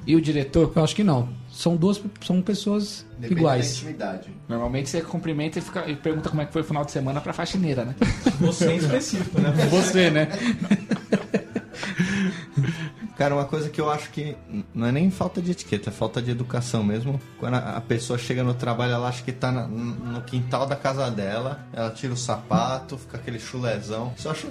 E: e o diretor?
D: Eu acho que não. São duas são pessoas
G: Depende da
D: iguais.
G: intimidade.
E: Normalmente você cumprimenta e, fica- e pergunta como é que foi o final de semana pra faxineira, né?
C: Você em específico, né?
D: Você, né?
G: Cara, uma coisa que eu acho que n- não é nem falta de etiqueta, é falta de educação mesmo. Quando a a pessoa chega no trabalho, ela acha que tá na- no quintal da casa dela, ela tira o sapato, fica aquele chulezão. Isso eu acho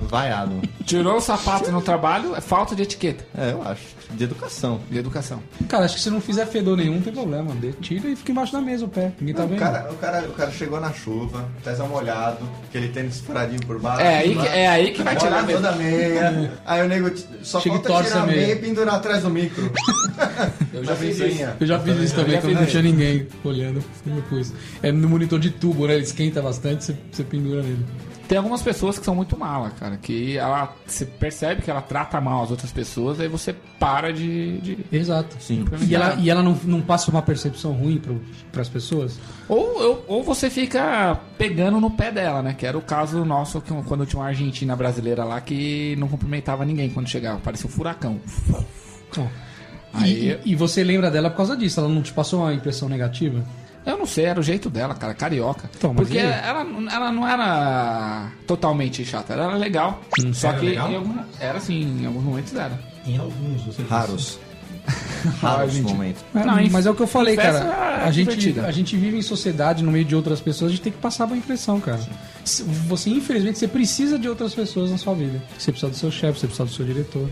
G: vaiado.
E: Tirou o sapato no trabalho, é falta de etiqueta,
G: É, eu acho. De educação.
E: de educação.
D: Cara, acho que se não fizer fedor nenhum, não tem problema. De- Tira e fica embaixo da mesa o pé. Ninguém tá
G: o,
D: vendo.
G: cara, o, cara, o cara chegou na chuva, pés molhado, aquele tênis furadinho por baixo.
E: É aí que,
G: lá.
E: é aí que vai
G: Ah, Olha
E: tirar mesmo.
G: toda a meia. Aí o nego t- só
D: Chega e
G: falta
D: torce
G: tirar
D: a
G: a
D: meia.
G: meia e pendurar atrás do micro.
E: Eu
G: Da vizinha.
D: Eu já fiz isso também,
E: já
D: que eu não
E: fiz
D: tinha ninguém olhando. eu me pus. É no monitor de tubo, né? Ele esquenta bastante, você, você pendura nele.
E: Tem algumas pessoas que são muito mala, cara, que ela se percebe que ela trata mal as outras pessoas, aí você para de. de-
D: Exato.
G: Sim.
D: E ela, e ela não, não passa uma percepção ruim pro, pras pessoas?
E: Ou, eu- ou você fica pegando no pé dela, né? Que era o caso nosso que, um, quando tinha uma argentina brasileira lá que não cumprimentava ninguém quando chegava, parecia um furacão.
D: Não.
E: Aí-
D: E, e você lembra dela por causa disso, ela não te passou uma impressão negativa?
E: Eu não sei, era o jeito dela, cara, carioca.
D: Então, mas
E: Porque
D: e aí?
E: ela, ela não era totalmente chata, ela era legal. só
C: Era
E: que
C: legal?
E: Em algum, era assim, em alguns momentos era.
C: Em alguns, você disse.
G: Raros. Raros momentos.
E: Não, em-
D: mas é o que eu falei,
E: em
D: cara.
E: festa é
D: a, gente,
E: divertida.
D: a gente vive em sociedade, no meio de outras pessoas, a gente tem que passar uma impressão, cara. Se- Você, infelizmente, você precisa de outras pessoas na sua vida. Você precisa do seu chefe, você precisa do seu diretor.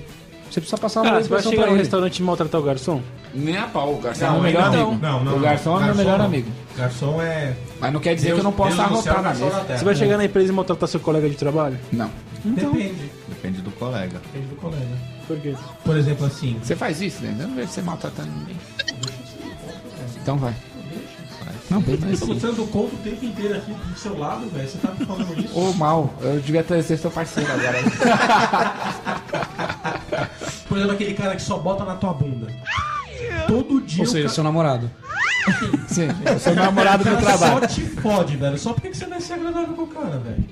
D: Você precisa passar uma
F: Ah,
D: boa
F: você vai
D: impressão
F: chegar
D: pra
F: no
D: ele.
F: restaurante e maltratar o garçom?
E: Nem a pau, o garçom é
C: Não,
E: meu melhor
C: não,
E: amigo.
C: não, não,
E: o garçom é meu
C: garçom
E: melhor
C: não.
E: amigo.
C: Garçom é.
E: Mas não quer dizer
C: Deus-
E: que eu não posso
C: Deus do céu,
E: arrotar na
C: garçom
E: mesa. Então.
C: terra.
F: Você vai chegar na empresa e maltratar seu colega de trabalho?
E: Não.
C: Depende.
G: Depende do colega.
C: Depende do colega.
F: Por quê?
C: Por exemplo, assim.
E: Você faz isso, né? Eu não vejo você maltratando ninguém. Então vai. Não, bem
C: Eu
E: mais
C: tô lutando contra o tempo inteiro aqui do seu lado, velho. Você tá me falando isso?
E: Ô, mal, eu devia ter ser seu parceiro agora.
C: Por exemplo, aquele cara que só bota na tua bunda. Todo dia.
D: Ou seja,
C: o
D: seu namorado.
E: Sim.
C: seu namorado
E: do trabalho.
C: Só te fode, velho. Só por que que você não é ser agradável com o cara, velho?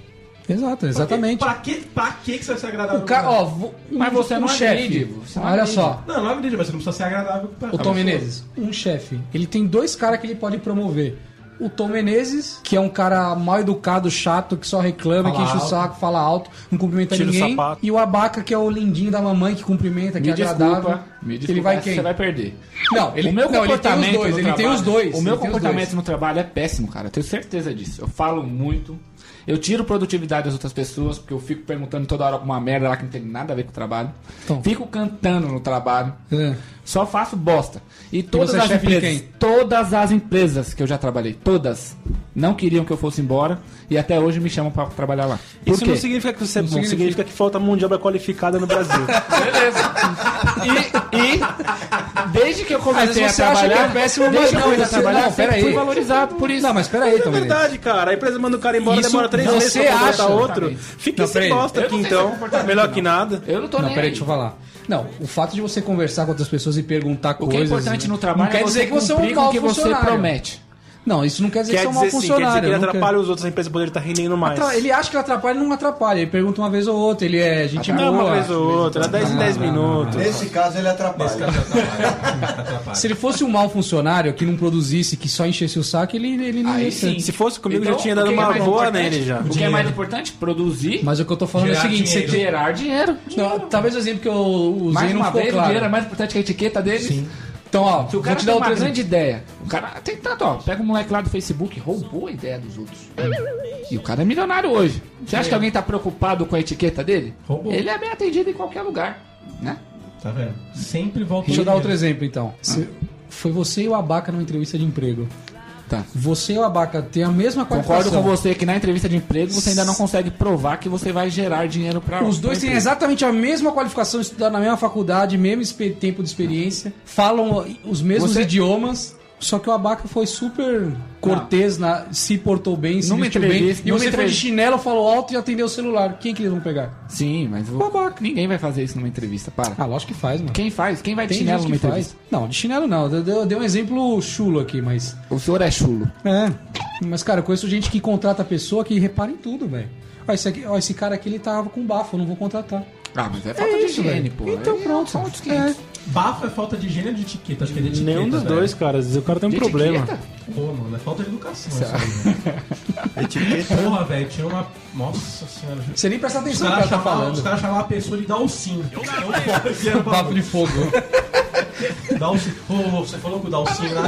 D: Exato,
C: Porque-
D: exatamente.
C: Pra que, pra que que você vai ser agradável
D: O
C: com o cara?
D: cara, ó, vo-
E: Mas você
D: um
E: não
D: chefe.
E: agride, você não
D: Olha
E: agride.
D: só,
C: Não, não é verdade, mas você não precisa ser agradável com o cara.
D: O Tom Menezes, um chefe. Ele tem dois caras que ele pode promover. O Tom Menezes, que é um cara mal educado, chato, que só reclama,
C: Fala
D: que enche
C: alto.
D: o saco, fala alto, não cumprimenta
F: Tira o
D: ninguém.
F: sapato.
D: E o Abaca, que é o lindinho da mamãe, que cumprimenta, que
E: Me
D: é agradável.
E: desculpa, me desculpa,
D: ele vai
E: essa
D: quem?
E: você vai perder.
D: Não, ele,
E: o meu
D: não, ele tem
E: comportamento
D: os dois,
E: no
D: ele tem
E: trabalho-
D: os dois. ele
E: O meu
D: tem os
E: comportamento
D: dois.
E: no trabalho é péssimo, cara. Eu tenho certeza disso. Eu falo muito. Eu tiro produtividade das outras pessoas, porque eu fico perguntando toda hora alguma merda lá que não tem nada a ver com o trabalho.
D: Então.
E: Fico cantando no trabalho.
D: É.
E: Só faço bosta. E todas
D: você é
E: as
D: chefe de
E: empresas,
D: quem?
E: todas as empresas que eu já trabalhei, todas não queriam que eu fosse embora e até hoje me chamam pra trabalhar lá. Por
F: Isso
E: quê?
F: não significa que você é bom, significa...
D: significa-
F: que falta mão de obra qualificada no Brasil.
E: Beleza. E, e desde que eu comecei a
D: Mas você acha
E: trabalhar,
D: que é péssimo,
E: desde
D: mas
E: que eu
D: não,
E: comecei a
D: você-
E: trabalhar,
D: não,
E: eu sempre
D: peraí.
E: fui valorizado por isso.
D: Não, mas peraí,
F: é
D: Tom Menezes.
F: verdade, cara. A empresa manda o cara embora,
D: Isso
F: demora três
D: você
F: meses pra contratar
D: acha,
F: outro.
D: exatamente.
F: Fica
D: Não,
F: esse
D: peraí,
F: bosta
E: eu
F: aqui
E: não sei se é
F: então.
E: comportamento,
F: Melhor que
E: não.
F: nada.
E: Eu não tô
D: Não,
E: nem
D: peraí,
E: aí.
D: deixa eu falar. Não, o fato de você conversar com outras pessoas e perguntar
E: O que é
D: coisas.
E: importante no trabalho
D: não quer
E: é
D: dizer
E: você
D: que você é um
E: cumprir com
D: mau
E: o que você
D: funcionário.
E: promete.
D: Não, isso não quer dizer
F: Quer
D: que você é um mau
F: dizer sim, quer dizer
D: funcionário.
F: que ele
D: não quer-
F: atrapalha os outros, a empresa poderia estar rendendo mais.
D: Atra- Ele acha que atrapalha e não atrapalha. Ele pergunta uma vez ou outra, ele é gente
F: Não,
D: boa.
F: uma vez ou outra, 10 em 10 minutos.
G: Nesse caso, ele atrapalha.
D: Se ele fosse um mau funcionário que não produzisse, que só enchesse o saco, ele, ele não
E: Aí
D: ia
E: sim.
D: ser.
F: Se fosse comigo,
E: Então,
F: já tinha
E: o
F: dado
E: que é
F: uma
E: mais
F: boa
E: importante?
F: nele já.
E: O que é mais importante? Produzir,
D: Mas o que eu tô falando é o
C: Gerar
D: seguinte:
C: dinheiro.
D: você tem-
E: gerar dinheiro.
D: Não, talvez o exemplo que eu usei
E: mais
D: não
E: uma
D: ficou
E: vez, o dinheiro é
D: claro.
E: mais importante que a etiqueta dele.
D: Então, ó,
E: Se o
D: vou
E: cara
D: te
E: tem
D: dar
E: uma
D: outro
E: grande
D: exemplo.
E: ideia, o cara tem tanto, ó, pega um moleque lá do Facebook, roubou a ideia dos outros. E o cara é milionário hoje. Você acha que alguém tá preocupado com a etiqueta dele?
C: Roubou.
E: Ele é bem atendido em qualquer lugar, né?
C: Tá vendo? Sempre volta
D: Deixa eu dar outro exemplo, então. Se-
E: Ah.
D: Foi você e o Abaca numa entrevista de emprego.
E: Tá.
D: Você e o Abaca têm a mesma
E: Concordo
D: qualificação.
E: com você que na entrevista de emprego você ainda não consegue provar que você vai gerar dinheiro pra
D: Os dois
E: pra
D: têm
E: empresa.
D: exatamente a mesma qualificação, estudaram na mesma faculdade, mesmo espe- tempo de experiência, falam os mesmos
E: Você- Tá.
D: idiomas, só que o Abaca foi super cortês, na- se portou bem, se
E: Numa
D: vestiu bem.
E: entrevista-
D: E
E: numa
D: você foi de
E: entrevista.
D: chinelo, falou alto e atendeu o celular. Quem que eles vão pegar?
E: Sim, mas o...
D: Babaca.
E: ninguém vai fazer isso numa entrevista, para.
D: Ah, lógico que faz, mano.
E: Quem faz? Quem vai de
D: Tem
E: chinelo
D: gente
E: numa
D: que
E: entrevista?
D: faz. Não, de chinelo não. Eu dei- eu dei um exemplo chulo aqui, mas...
E: O senhor é chulo.
D: É. Mas, cara, eu conheço gente que contrata a pessoa que repara em tudo, velho. Ó, esse, aqui- ó, esse cara aqui, ele tava com bafo, eu não vou contratar.
E: Ah, mas é falta
D: É
E: de
D: isso,
E: higiene,
D: velho.
E: pô.
D: Então
E: Aí
F: um
D: pronto.
E: são outros
D: É.
E: 500.
C: Bafo é falta de higiene ou de etiqueta? Acho que é de etiqueta.
F: Nenhum dos
C: velho.
F: dois, cara. Às vezes o cara tem um
E: De
F: problema.
E: etiqueta?
C: Pô, mano, é falta de educação isso aí. né?
G: Etiqueta.
C: Porra, velho, tinha uma. Nossa senhora.
F: é
D: Você nem presta
C: Os
D: atenção no que
C: caras
D: ela tá
C: chamavam
D: falando.
C: os caras chamavam a pessoa de dar o sim.
D: Bafo de fogo.
C: Dalsinho. Ô, ô, você falou com o Dalsinho lá?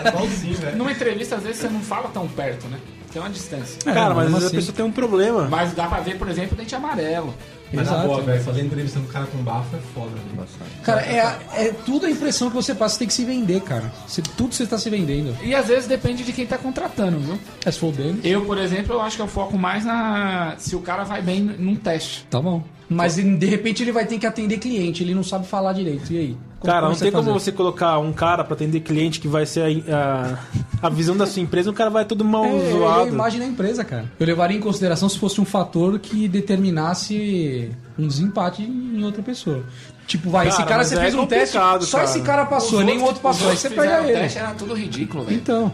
C: Era Dalsinho, velho.
E: Numa entrevista, às vezes você não fala tão perto, né? Tem uma distância.
F: Cara, mas às
D: mesmo
F: vezes
D: assim.
F: a pessoa tem um problema.
E: Mas dá pra ver, por exemplo, dente amarelo.
C: Mas na
D: Exato.
C: boa, velho, fazer entrevista com um cara com bafo é foda, velho.
D: Cara, é, a- é tudo a impressão que você passa, você tem que se vender, cara. Você, tudo você tá se vendendo.
E: E às vezes depende de quem tá contratando, viu?
D: É se for o Denis,
E: Eu, por exemplo, eu acho que eu foco mais na. se o cara vai bem num teste.
D: tá bom. Mas de repente ele vai ter que atender cliente, ele não sabe falar direito. E aí? Como-
F: Cara,
D: como
F: não
D: você
F: tem como
D: fazer?
F: você colocar um cara pra atender cliente que vai ser a, a, a visão da sua empresa, o cara vai todo mal
D: É, é a
F: zoado.
D: imagem da empresa, cara. Eu levaria em consideração se fosse um fator que determinasse um desempate em outra pessoa. Tipo, vai, esse
F: Cara,
D: cara
F: mas
D: você
F: é
D: fez um teste,
F: complicado,
D: só
F: cara.
D: esse cara passou,
E: Os
D: nem o outro
E: outros-
D: passou,
E: os
D: aí
E: outros
D: você pega
E: fizeram o
D: ele.
E: teste, era tudo ridículo, velho.
D: Então.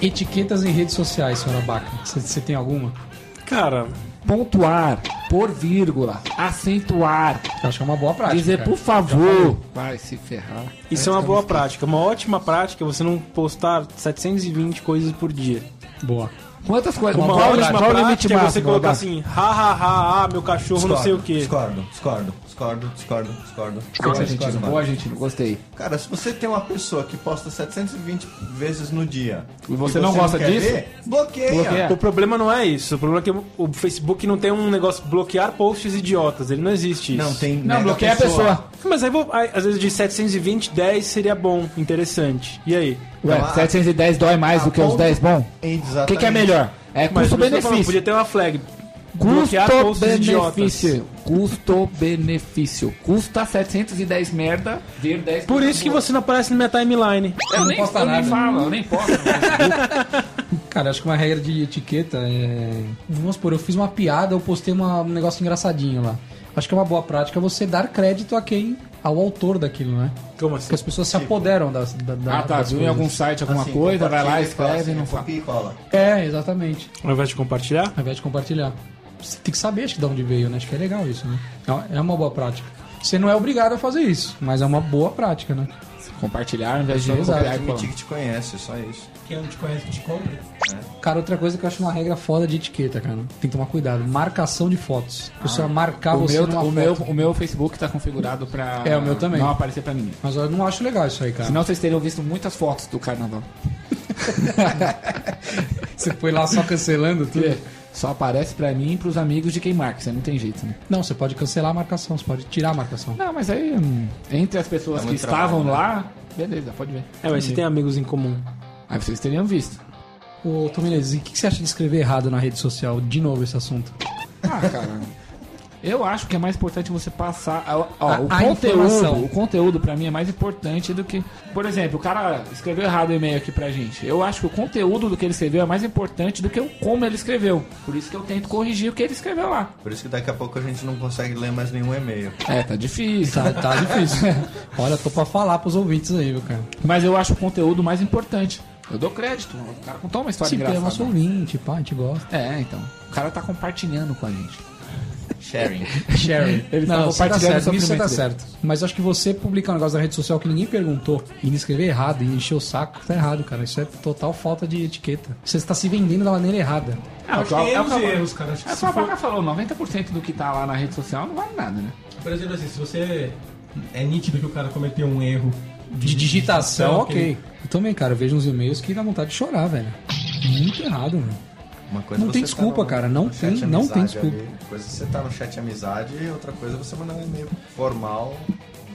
D: Etiquetas em redes sociais, senhora Baca. Você tem alguma?
F: Cara,
E: Pontuar, por vírgula, acentuar,
D: Eu acho que é uma boa prática.
E: dizer
D: cara.
E: por favor. Tá, Vai se ferrar.
F: isso é uma boa prática. Uma ótima prática é você não postar 720 coisas por dia.
D: Boa.
E: Quantas coisas?
F: Uma
E: Qual-
F: ótima
E: qual o limite
F: prática é você
E: máximo,
F: colocar
E: Babaca?
F: assim, ha ha ha, ah, meu cachorro não sei o quê.
G: Discordo, discordo, discordo, discordo, discordo.
E: Boa,
G: discordo,
E: Argentina.
G: discordo.
E: Boa, Argentina. Gostei.
G: Cara, se você tem uma pessoa que posta 720 vezes no dia
E: E você não gosta
G: quer
E: disso?
G: ver, bloqueia.
E: Bloqueia.
F: O problema não é isso. O problema é que o Facebook não tem um negócio bloquear posts idiotas. Ele não existe isso.
G: Não, tem.
E: Não,
G: mega
E: bloqueia a pessoa.
F: Mas aí, vou- aí, às vezes de 720, 10 seria bom, interessante. E aí?
E: Ué,
G: Então, a-
E: 710 dói mais
G: a
E: do que os
G: ponto-
E: 10 bom? O
G: Exatamente.
E: que, que é melhor? É
F: Mas por isso que eu tô falando,
E: custo-benefício.
F: podia ter uma flag. bloquear posts
E: Custo-benefício. Custo-benefício. Custa 710 merda ver 10
F: Por isso que você não aparece na minha timeline.
E: Eu,
D: não
E: nem,
D: posta
E: eu nem
D: nada.
E: falo, eu nem né? posso.
D: Cara, acho que uma regra de etiqueta é. Vamos supor, eu fiz uma piada, eu postei uma- um negócio engraçadinho lá. Acho que é uma boa prática você dar crédito a quem. ao autor daquilo, né?
F: Como
D: Porque
F: assim?
D: as pessoas se apoderam das. Da, da-
E: Tipo. ah, tá.
D: das
E: Viu em
D: coisas.
E: algum site alguma
G: Assim,
E: coisa, vai lá,
G: compartilha e fala
E: escreve
G: assim,
E: não fala.
G: Copia e cola.
D: É, exatamente.
F: Ao invés de compartilhar?
D: Ao invés de compartilhar. Você tem que saber acho que de onde veio, né? Acho que é legal isso, né? É uma- É uma boa prática. Você não é obrigado a fazer isso, mas é uma boa prática, né?
E: Compartilhar ao invés de
D: Exato.
E: copiar e colar.
G: Admitir um que te conhece, só isso.
C: Quem não te conhece te compra.
D: Cara, outra coisa que eu acho uma regra foda de etiqueta, cara. Tem que tomar cuidado. Marcação de fotos. A pessoa marcar
E: Ah, O
D: você
E: meu,
D: numa
E: o,
D: foto.
E: meu, o meu Facebook tá configurado pra
D: É, o meu também.
E: não aparecer pra ninguém.
D: Mas eu não acho legal isso aí, cara.
E: Senão vocês teriam visto muitas fotos do carnaval.
D: Você foi lá só cancelando tudo.
E: Porque só aparece pra mim e pros amigos de quem marca. Você não tem jeito, né?
D: Não, você pode cancelar a marcação, você pode tirar a marcação.
E: Não, mas aí, hum, entre as pessoas
G: Dá
E: que
G: muito trabalho,
E: estavam
G: né?
E: lá, beleza, pode ver.
F: É, mas você tem amigos em comum.
E: Aí vocês teriam visto.
D: Ô, Tominez, e o que você acha de escrever errado na rede social? De novo esse assunto.
E: Ah, cara. Eu acho que é mais importante você passar. Ó, ó,
D: A-
E: o,
D: a informação.
E: conteúdo, o conteúdo pra mim é mais importante do que. Por exemplo, o cara escreveu errado o e-mail aqui pra gente. Eu acho que o conteúdo do que ele escreveu é mais importante do que o como ele escreveu. Por isso que eu tento corrigir o que ele escreveu lá.
G: Por isso que daqui a pouco a gente não consegue ler mais nenhum e-mail.
E: É, tá difícil.
D: Tá, tá difícil. Olha, tô pra falar pros ouvintes aí, viu, cara?
E: Mas eu acho o conteúdo mais importante. Eu dou crédito. O cara contou uma história
D: Se é
E: engraçada.
D: nosso ouvinte, pá, a gente gosta.
E: É, então. O cara tá compartilhando com a gente.
G: Sharing.
D: É Sharing.
E: Ele tá
D: não, você tá
E: compartilhando o
D: certo,
E: sofrimento
D: isso você tá
E: dele.
D: certo. Mas acho que você publicar um negócio na rede social que ninguém perguntou e escrever errado e encher o saco, tá errado, cara. Isso é total falta de etiqueta. Você está se vendendo da maneira errada.
E: É, o
C: Acho
E: que
C: que Ah, tem erros e
E: eu-
C: erros, cara. Acho que
E: É o
C: se
E: que a
C: for-
E: Baca falou, 90% do que tá lá na rede social não vale nada, né?
C: Por exemplo, assim, se você. É nítido que o cara cometeu um erro
D: De digitação, ok. Eu também, cara, eu vejo uns e-mails que dá vontade de chorar, velho. Muito errado, velho.
G: Uma coisa
D: Não tem
G: você tá
D: desculpa,
G: no-
D: cara, não
G: no chat
D: tem- não tem
G: amizade Ali, coisa você tá no chat amizade e outra coisa é você mandar um e-mail formal,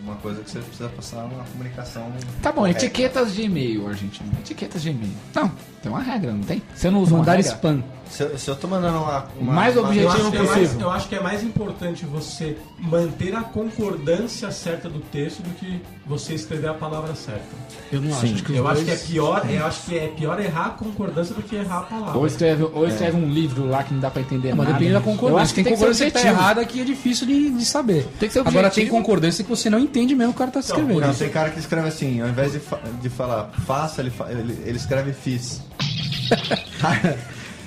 G: uma coisa que você precisa passar uma comunicação.
E: Tá bom,
D: é
G: correta.
E: etiquetas de e-mail, Argentina. Etiquetas de e-mail. Não, Tem uma regra, não tem? Você não usa uma
J: Mandar
E: regra?
J: spam.
G: Se eu, se eu tô mandando uma. uma
E: Mais
G: uma-
C: Eu
E: objetivo
C: acho, que é mais,
E: possível.
C: eu acho que é mais importante você manter a concordância certa do texto do que você escrever a palavra certa.
D: Eu não acho. acho que os
C: Eu acho que é
D: dois-
C: pior, eu acho que é pior errar a concordância do que errar a palavra.
E: Ou escreve, ou escreve um livro lá que não dá pra entender
D: Mas
E: nada. né?
D: depende da
E: Eu
D: concordância.
E: acho que tem que ser
D: concordância que tá
E: objetivo.
D: errada que é difícil de, de saber.
E: Tem que ser
D: Agora tem
E: objetivo.
D: concordância que você não entende mesmo o cara
E: Então,
D: tá escrevendo.
E: é
G: Não, tem cara que escreve assim, ao invés de, fa- de falar faça, ele, fa- ele, ele escreve fiz.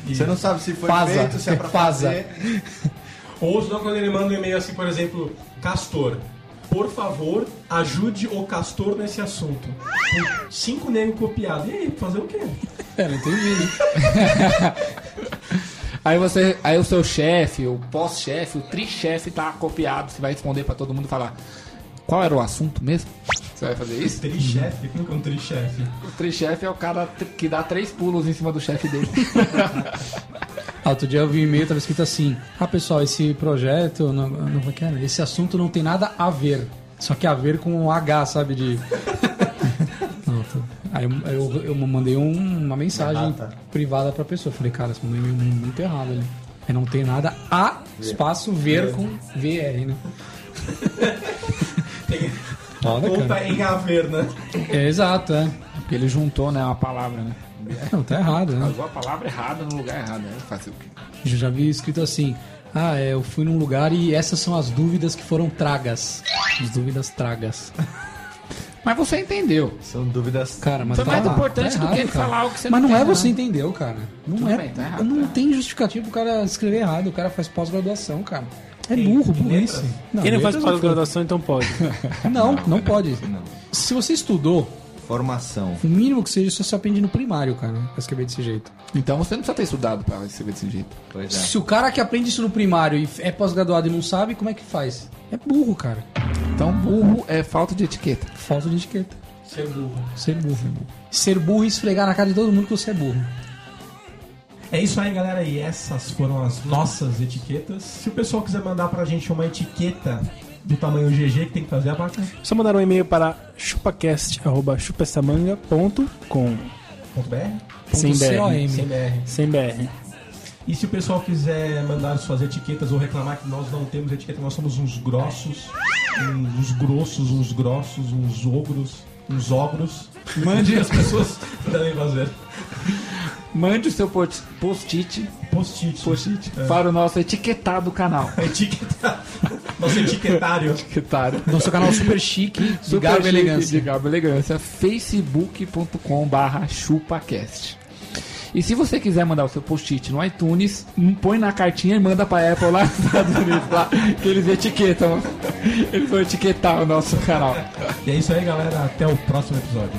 G: Você não sabe se foi
D: Faza.
G: feito, se é pra
D: Faza.
G: fazer.
C: Ou senão quando ele manda um e-mail assim, por exemplo, Castor, por favor, ajude o Castor nesse assunto. Com cinco negros copiados. E aí, fazer o quê?
D: É, não entendi. né?
E: Aí você, aí o seu chefe, o pós-chefe, o tri-chefe tá copiado, você vai responder pra todo mundo e falar qual era o assunto mesmo? Você vai fazer isso?
C: Trichefe? Como que é um trichefe?
E: O tri-chefe é o cara tr- que dá três pulos em cima do chefe dele.
D: Ah, Outro dia eu vi um e-mail, tava escrito assim: Ah, pessoal, esse projeto, não, não, como é que era? esse assunto não tem nada a ver. Só que a ver com o H, sabe? De. Não, tô- Aí eu, eu, eu mandei um- uma mensagem privada pra pessoa. Falei, cara, você mandou um e-mail muito errado ali. Aí não tem nada a espaço ver com VR, né? Foda, cara.
C: Conta em né? Averna.
D: É, exato, é.
E: Porque ele juntou, né, uma palavra, né?
D: Não, tá errado, né?
E: Usou a palavra errada no lugar errado, né? Fazer o quê?
D: Eu já vi escrito assim: Ah, é, eu fui num lugar e essas são as dúvidas que foram tragas. As dúvidas tragas.
E: Mas você entendeu.
G: São dúvidas.
D: Cara, mas
E: Foi
D: tá
E: mais
D: errado,
E: importante
D: tá
E: do
D: errado,
E: que ele
D: cara.
E: falar o que você
D: Mas
E: não
D: não é
E: entendeu. né?
D: você entendeu, cara. Não
E: Tudo
D: é.
E: bem, tá errado,
D: não
E: tá
D: tem justificativo pro cara escrever errado. O cara faz pós-graduação, cara. É burro, burrice.
F: Quem não faz
D: letras
F: pós-graduação, então pode.
D: Não, não, pode. Se você estudou,
G: Formação.
D: o mínimo que seja, você só aprende no primário, cara, pra escrever desse jeito.
E: Então você não precisa ter estudado pra escrever desse jeito.
G: Pois
D: Se o cara que aprende isso no primário e é pós-graduado e não sabe, como é que faz? É burro, cara.
E: Então burro é falta de etiqueta.
D: Falta de etiqueta.
C: Ser burro.
D: Ser burro. Ser burro e esfregar na cara de todo mundo que você é burro.
C: É isso aí, galera. E essas foram as nossas etiquetas. Se o pessoal quiser mandar pra gente uma etiqueta do tamanho GG que tem que fazer a vaca,
F: Só mandar um e-mail para chupacast.chupessamanga.com
C: ponto .br,
F: Sem
D: Ponto
F: BR.
D: COM.
C: sem BR.
F: Sem BR.
C: E se o pessoal quiser mandar suas etiquetas ou reclamar que nós não temos etiqueta, nós somos uns grossos, um- uns grossos, uns grossos, uns ogros, uns ogros. Mande as pessoas devem fazer.
E: Mande o seu post- post-it
C: Post-it. Post-it.
E: para o nosso etiquetado canal.
C: Etiqueta. Nosso etiquetário.
E: Etiquetado.
D: Nosso canal é super chique, de garbo e
E: chique,
D: elegância.
E: De Garbo e Elegância. facebook.com barra chupacast. E se você quiser mandar o seu post-it no iTunes, hum, põe na cartinha e manda pra Apple lá nos Estados Unidos, lá, que eles etiquetam. Eles vão etiquetar o nosso canal.
C: E é isso aí, galera. Até o próximo episódio.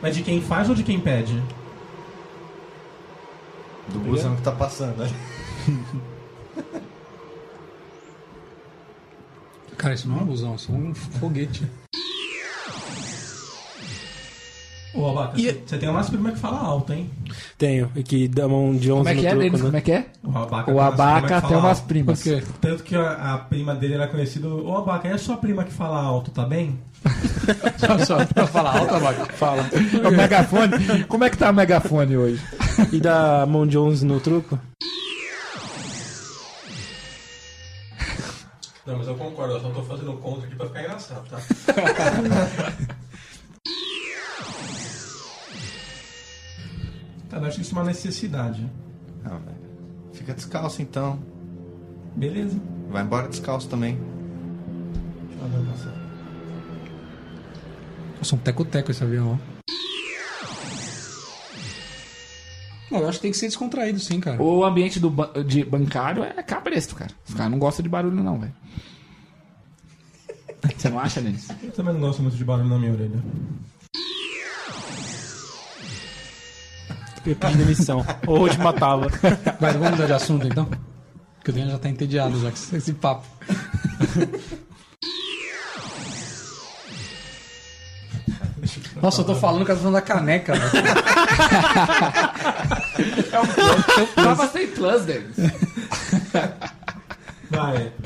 C: Mas de quem faz ou de quem pede?
G: é. Do busão que tá passando. né?
D: Cara, isso não é um busão, isso é um foguete.
C: Ô, Abaca, você você tem uma prima que fala alto, hein?
F: Tenho. E que dá mão de 11
E: Como é que é,
F: no
E: Denis?
F: truco,
E: Como
F: né?
E: é que é?
C: O Abaca,
E: O
C: tem umas
E: abaca
C: primas que
E: tem
C: fala
E: umas
C: alto.
E: primas.
D: quê?
C: Tanto que a, a prima dele era conhecida. Ô, Abaca, é a sua prima que fala alto, tá bem?
D: Só, só pra falar alto, Abaca. Fala.
E: O megafone? Como é que tá o megafone hoje?
F: E dá mão de 11 no truco?
C: Não, mas eu concordo, eu só tô fazendo um contra aqui pra ficar engraçado, tá? Cara, eu Tá, acho isso é uma necessidade.
G: Ah, velho. Fica descalço então.
C: Beleza. Tá
G: Vai embora descalço também.
C: Deixa eu ver nossa.
D: Nossa, um teco-teco esse avião, ó. Não, eu acho que tem que ser descontraído, sim, cara.
E: O ambiente do ban- de bancário é cabresto, cara. Os caras não gostam de barulho, não, velho. Você não acha, Denis?
C: Eu também não gosto muito de barulho na minha orelha.
F: Eu pedi demissão. Ou eu te matava.
D: Mas vamos mudar de assunto, então? Porque o Daniel já tá entediado já com esse- esse papo.
C: Deixa
D: Nossa, eu tô falando que eu tô falando da caneca, velho.
E: É um Tava sem plus, Denis.
C: Vai.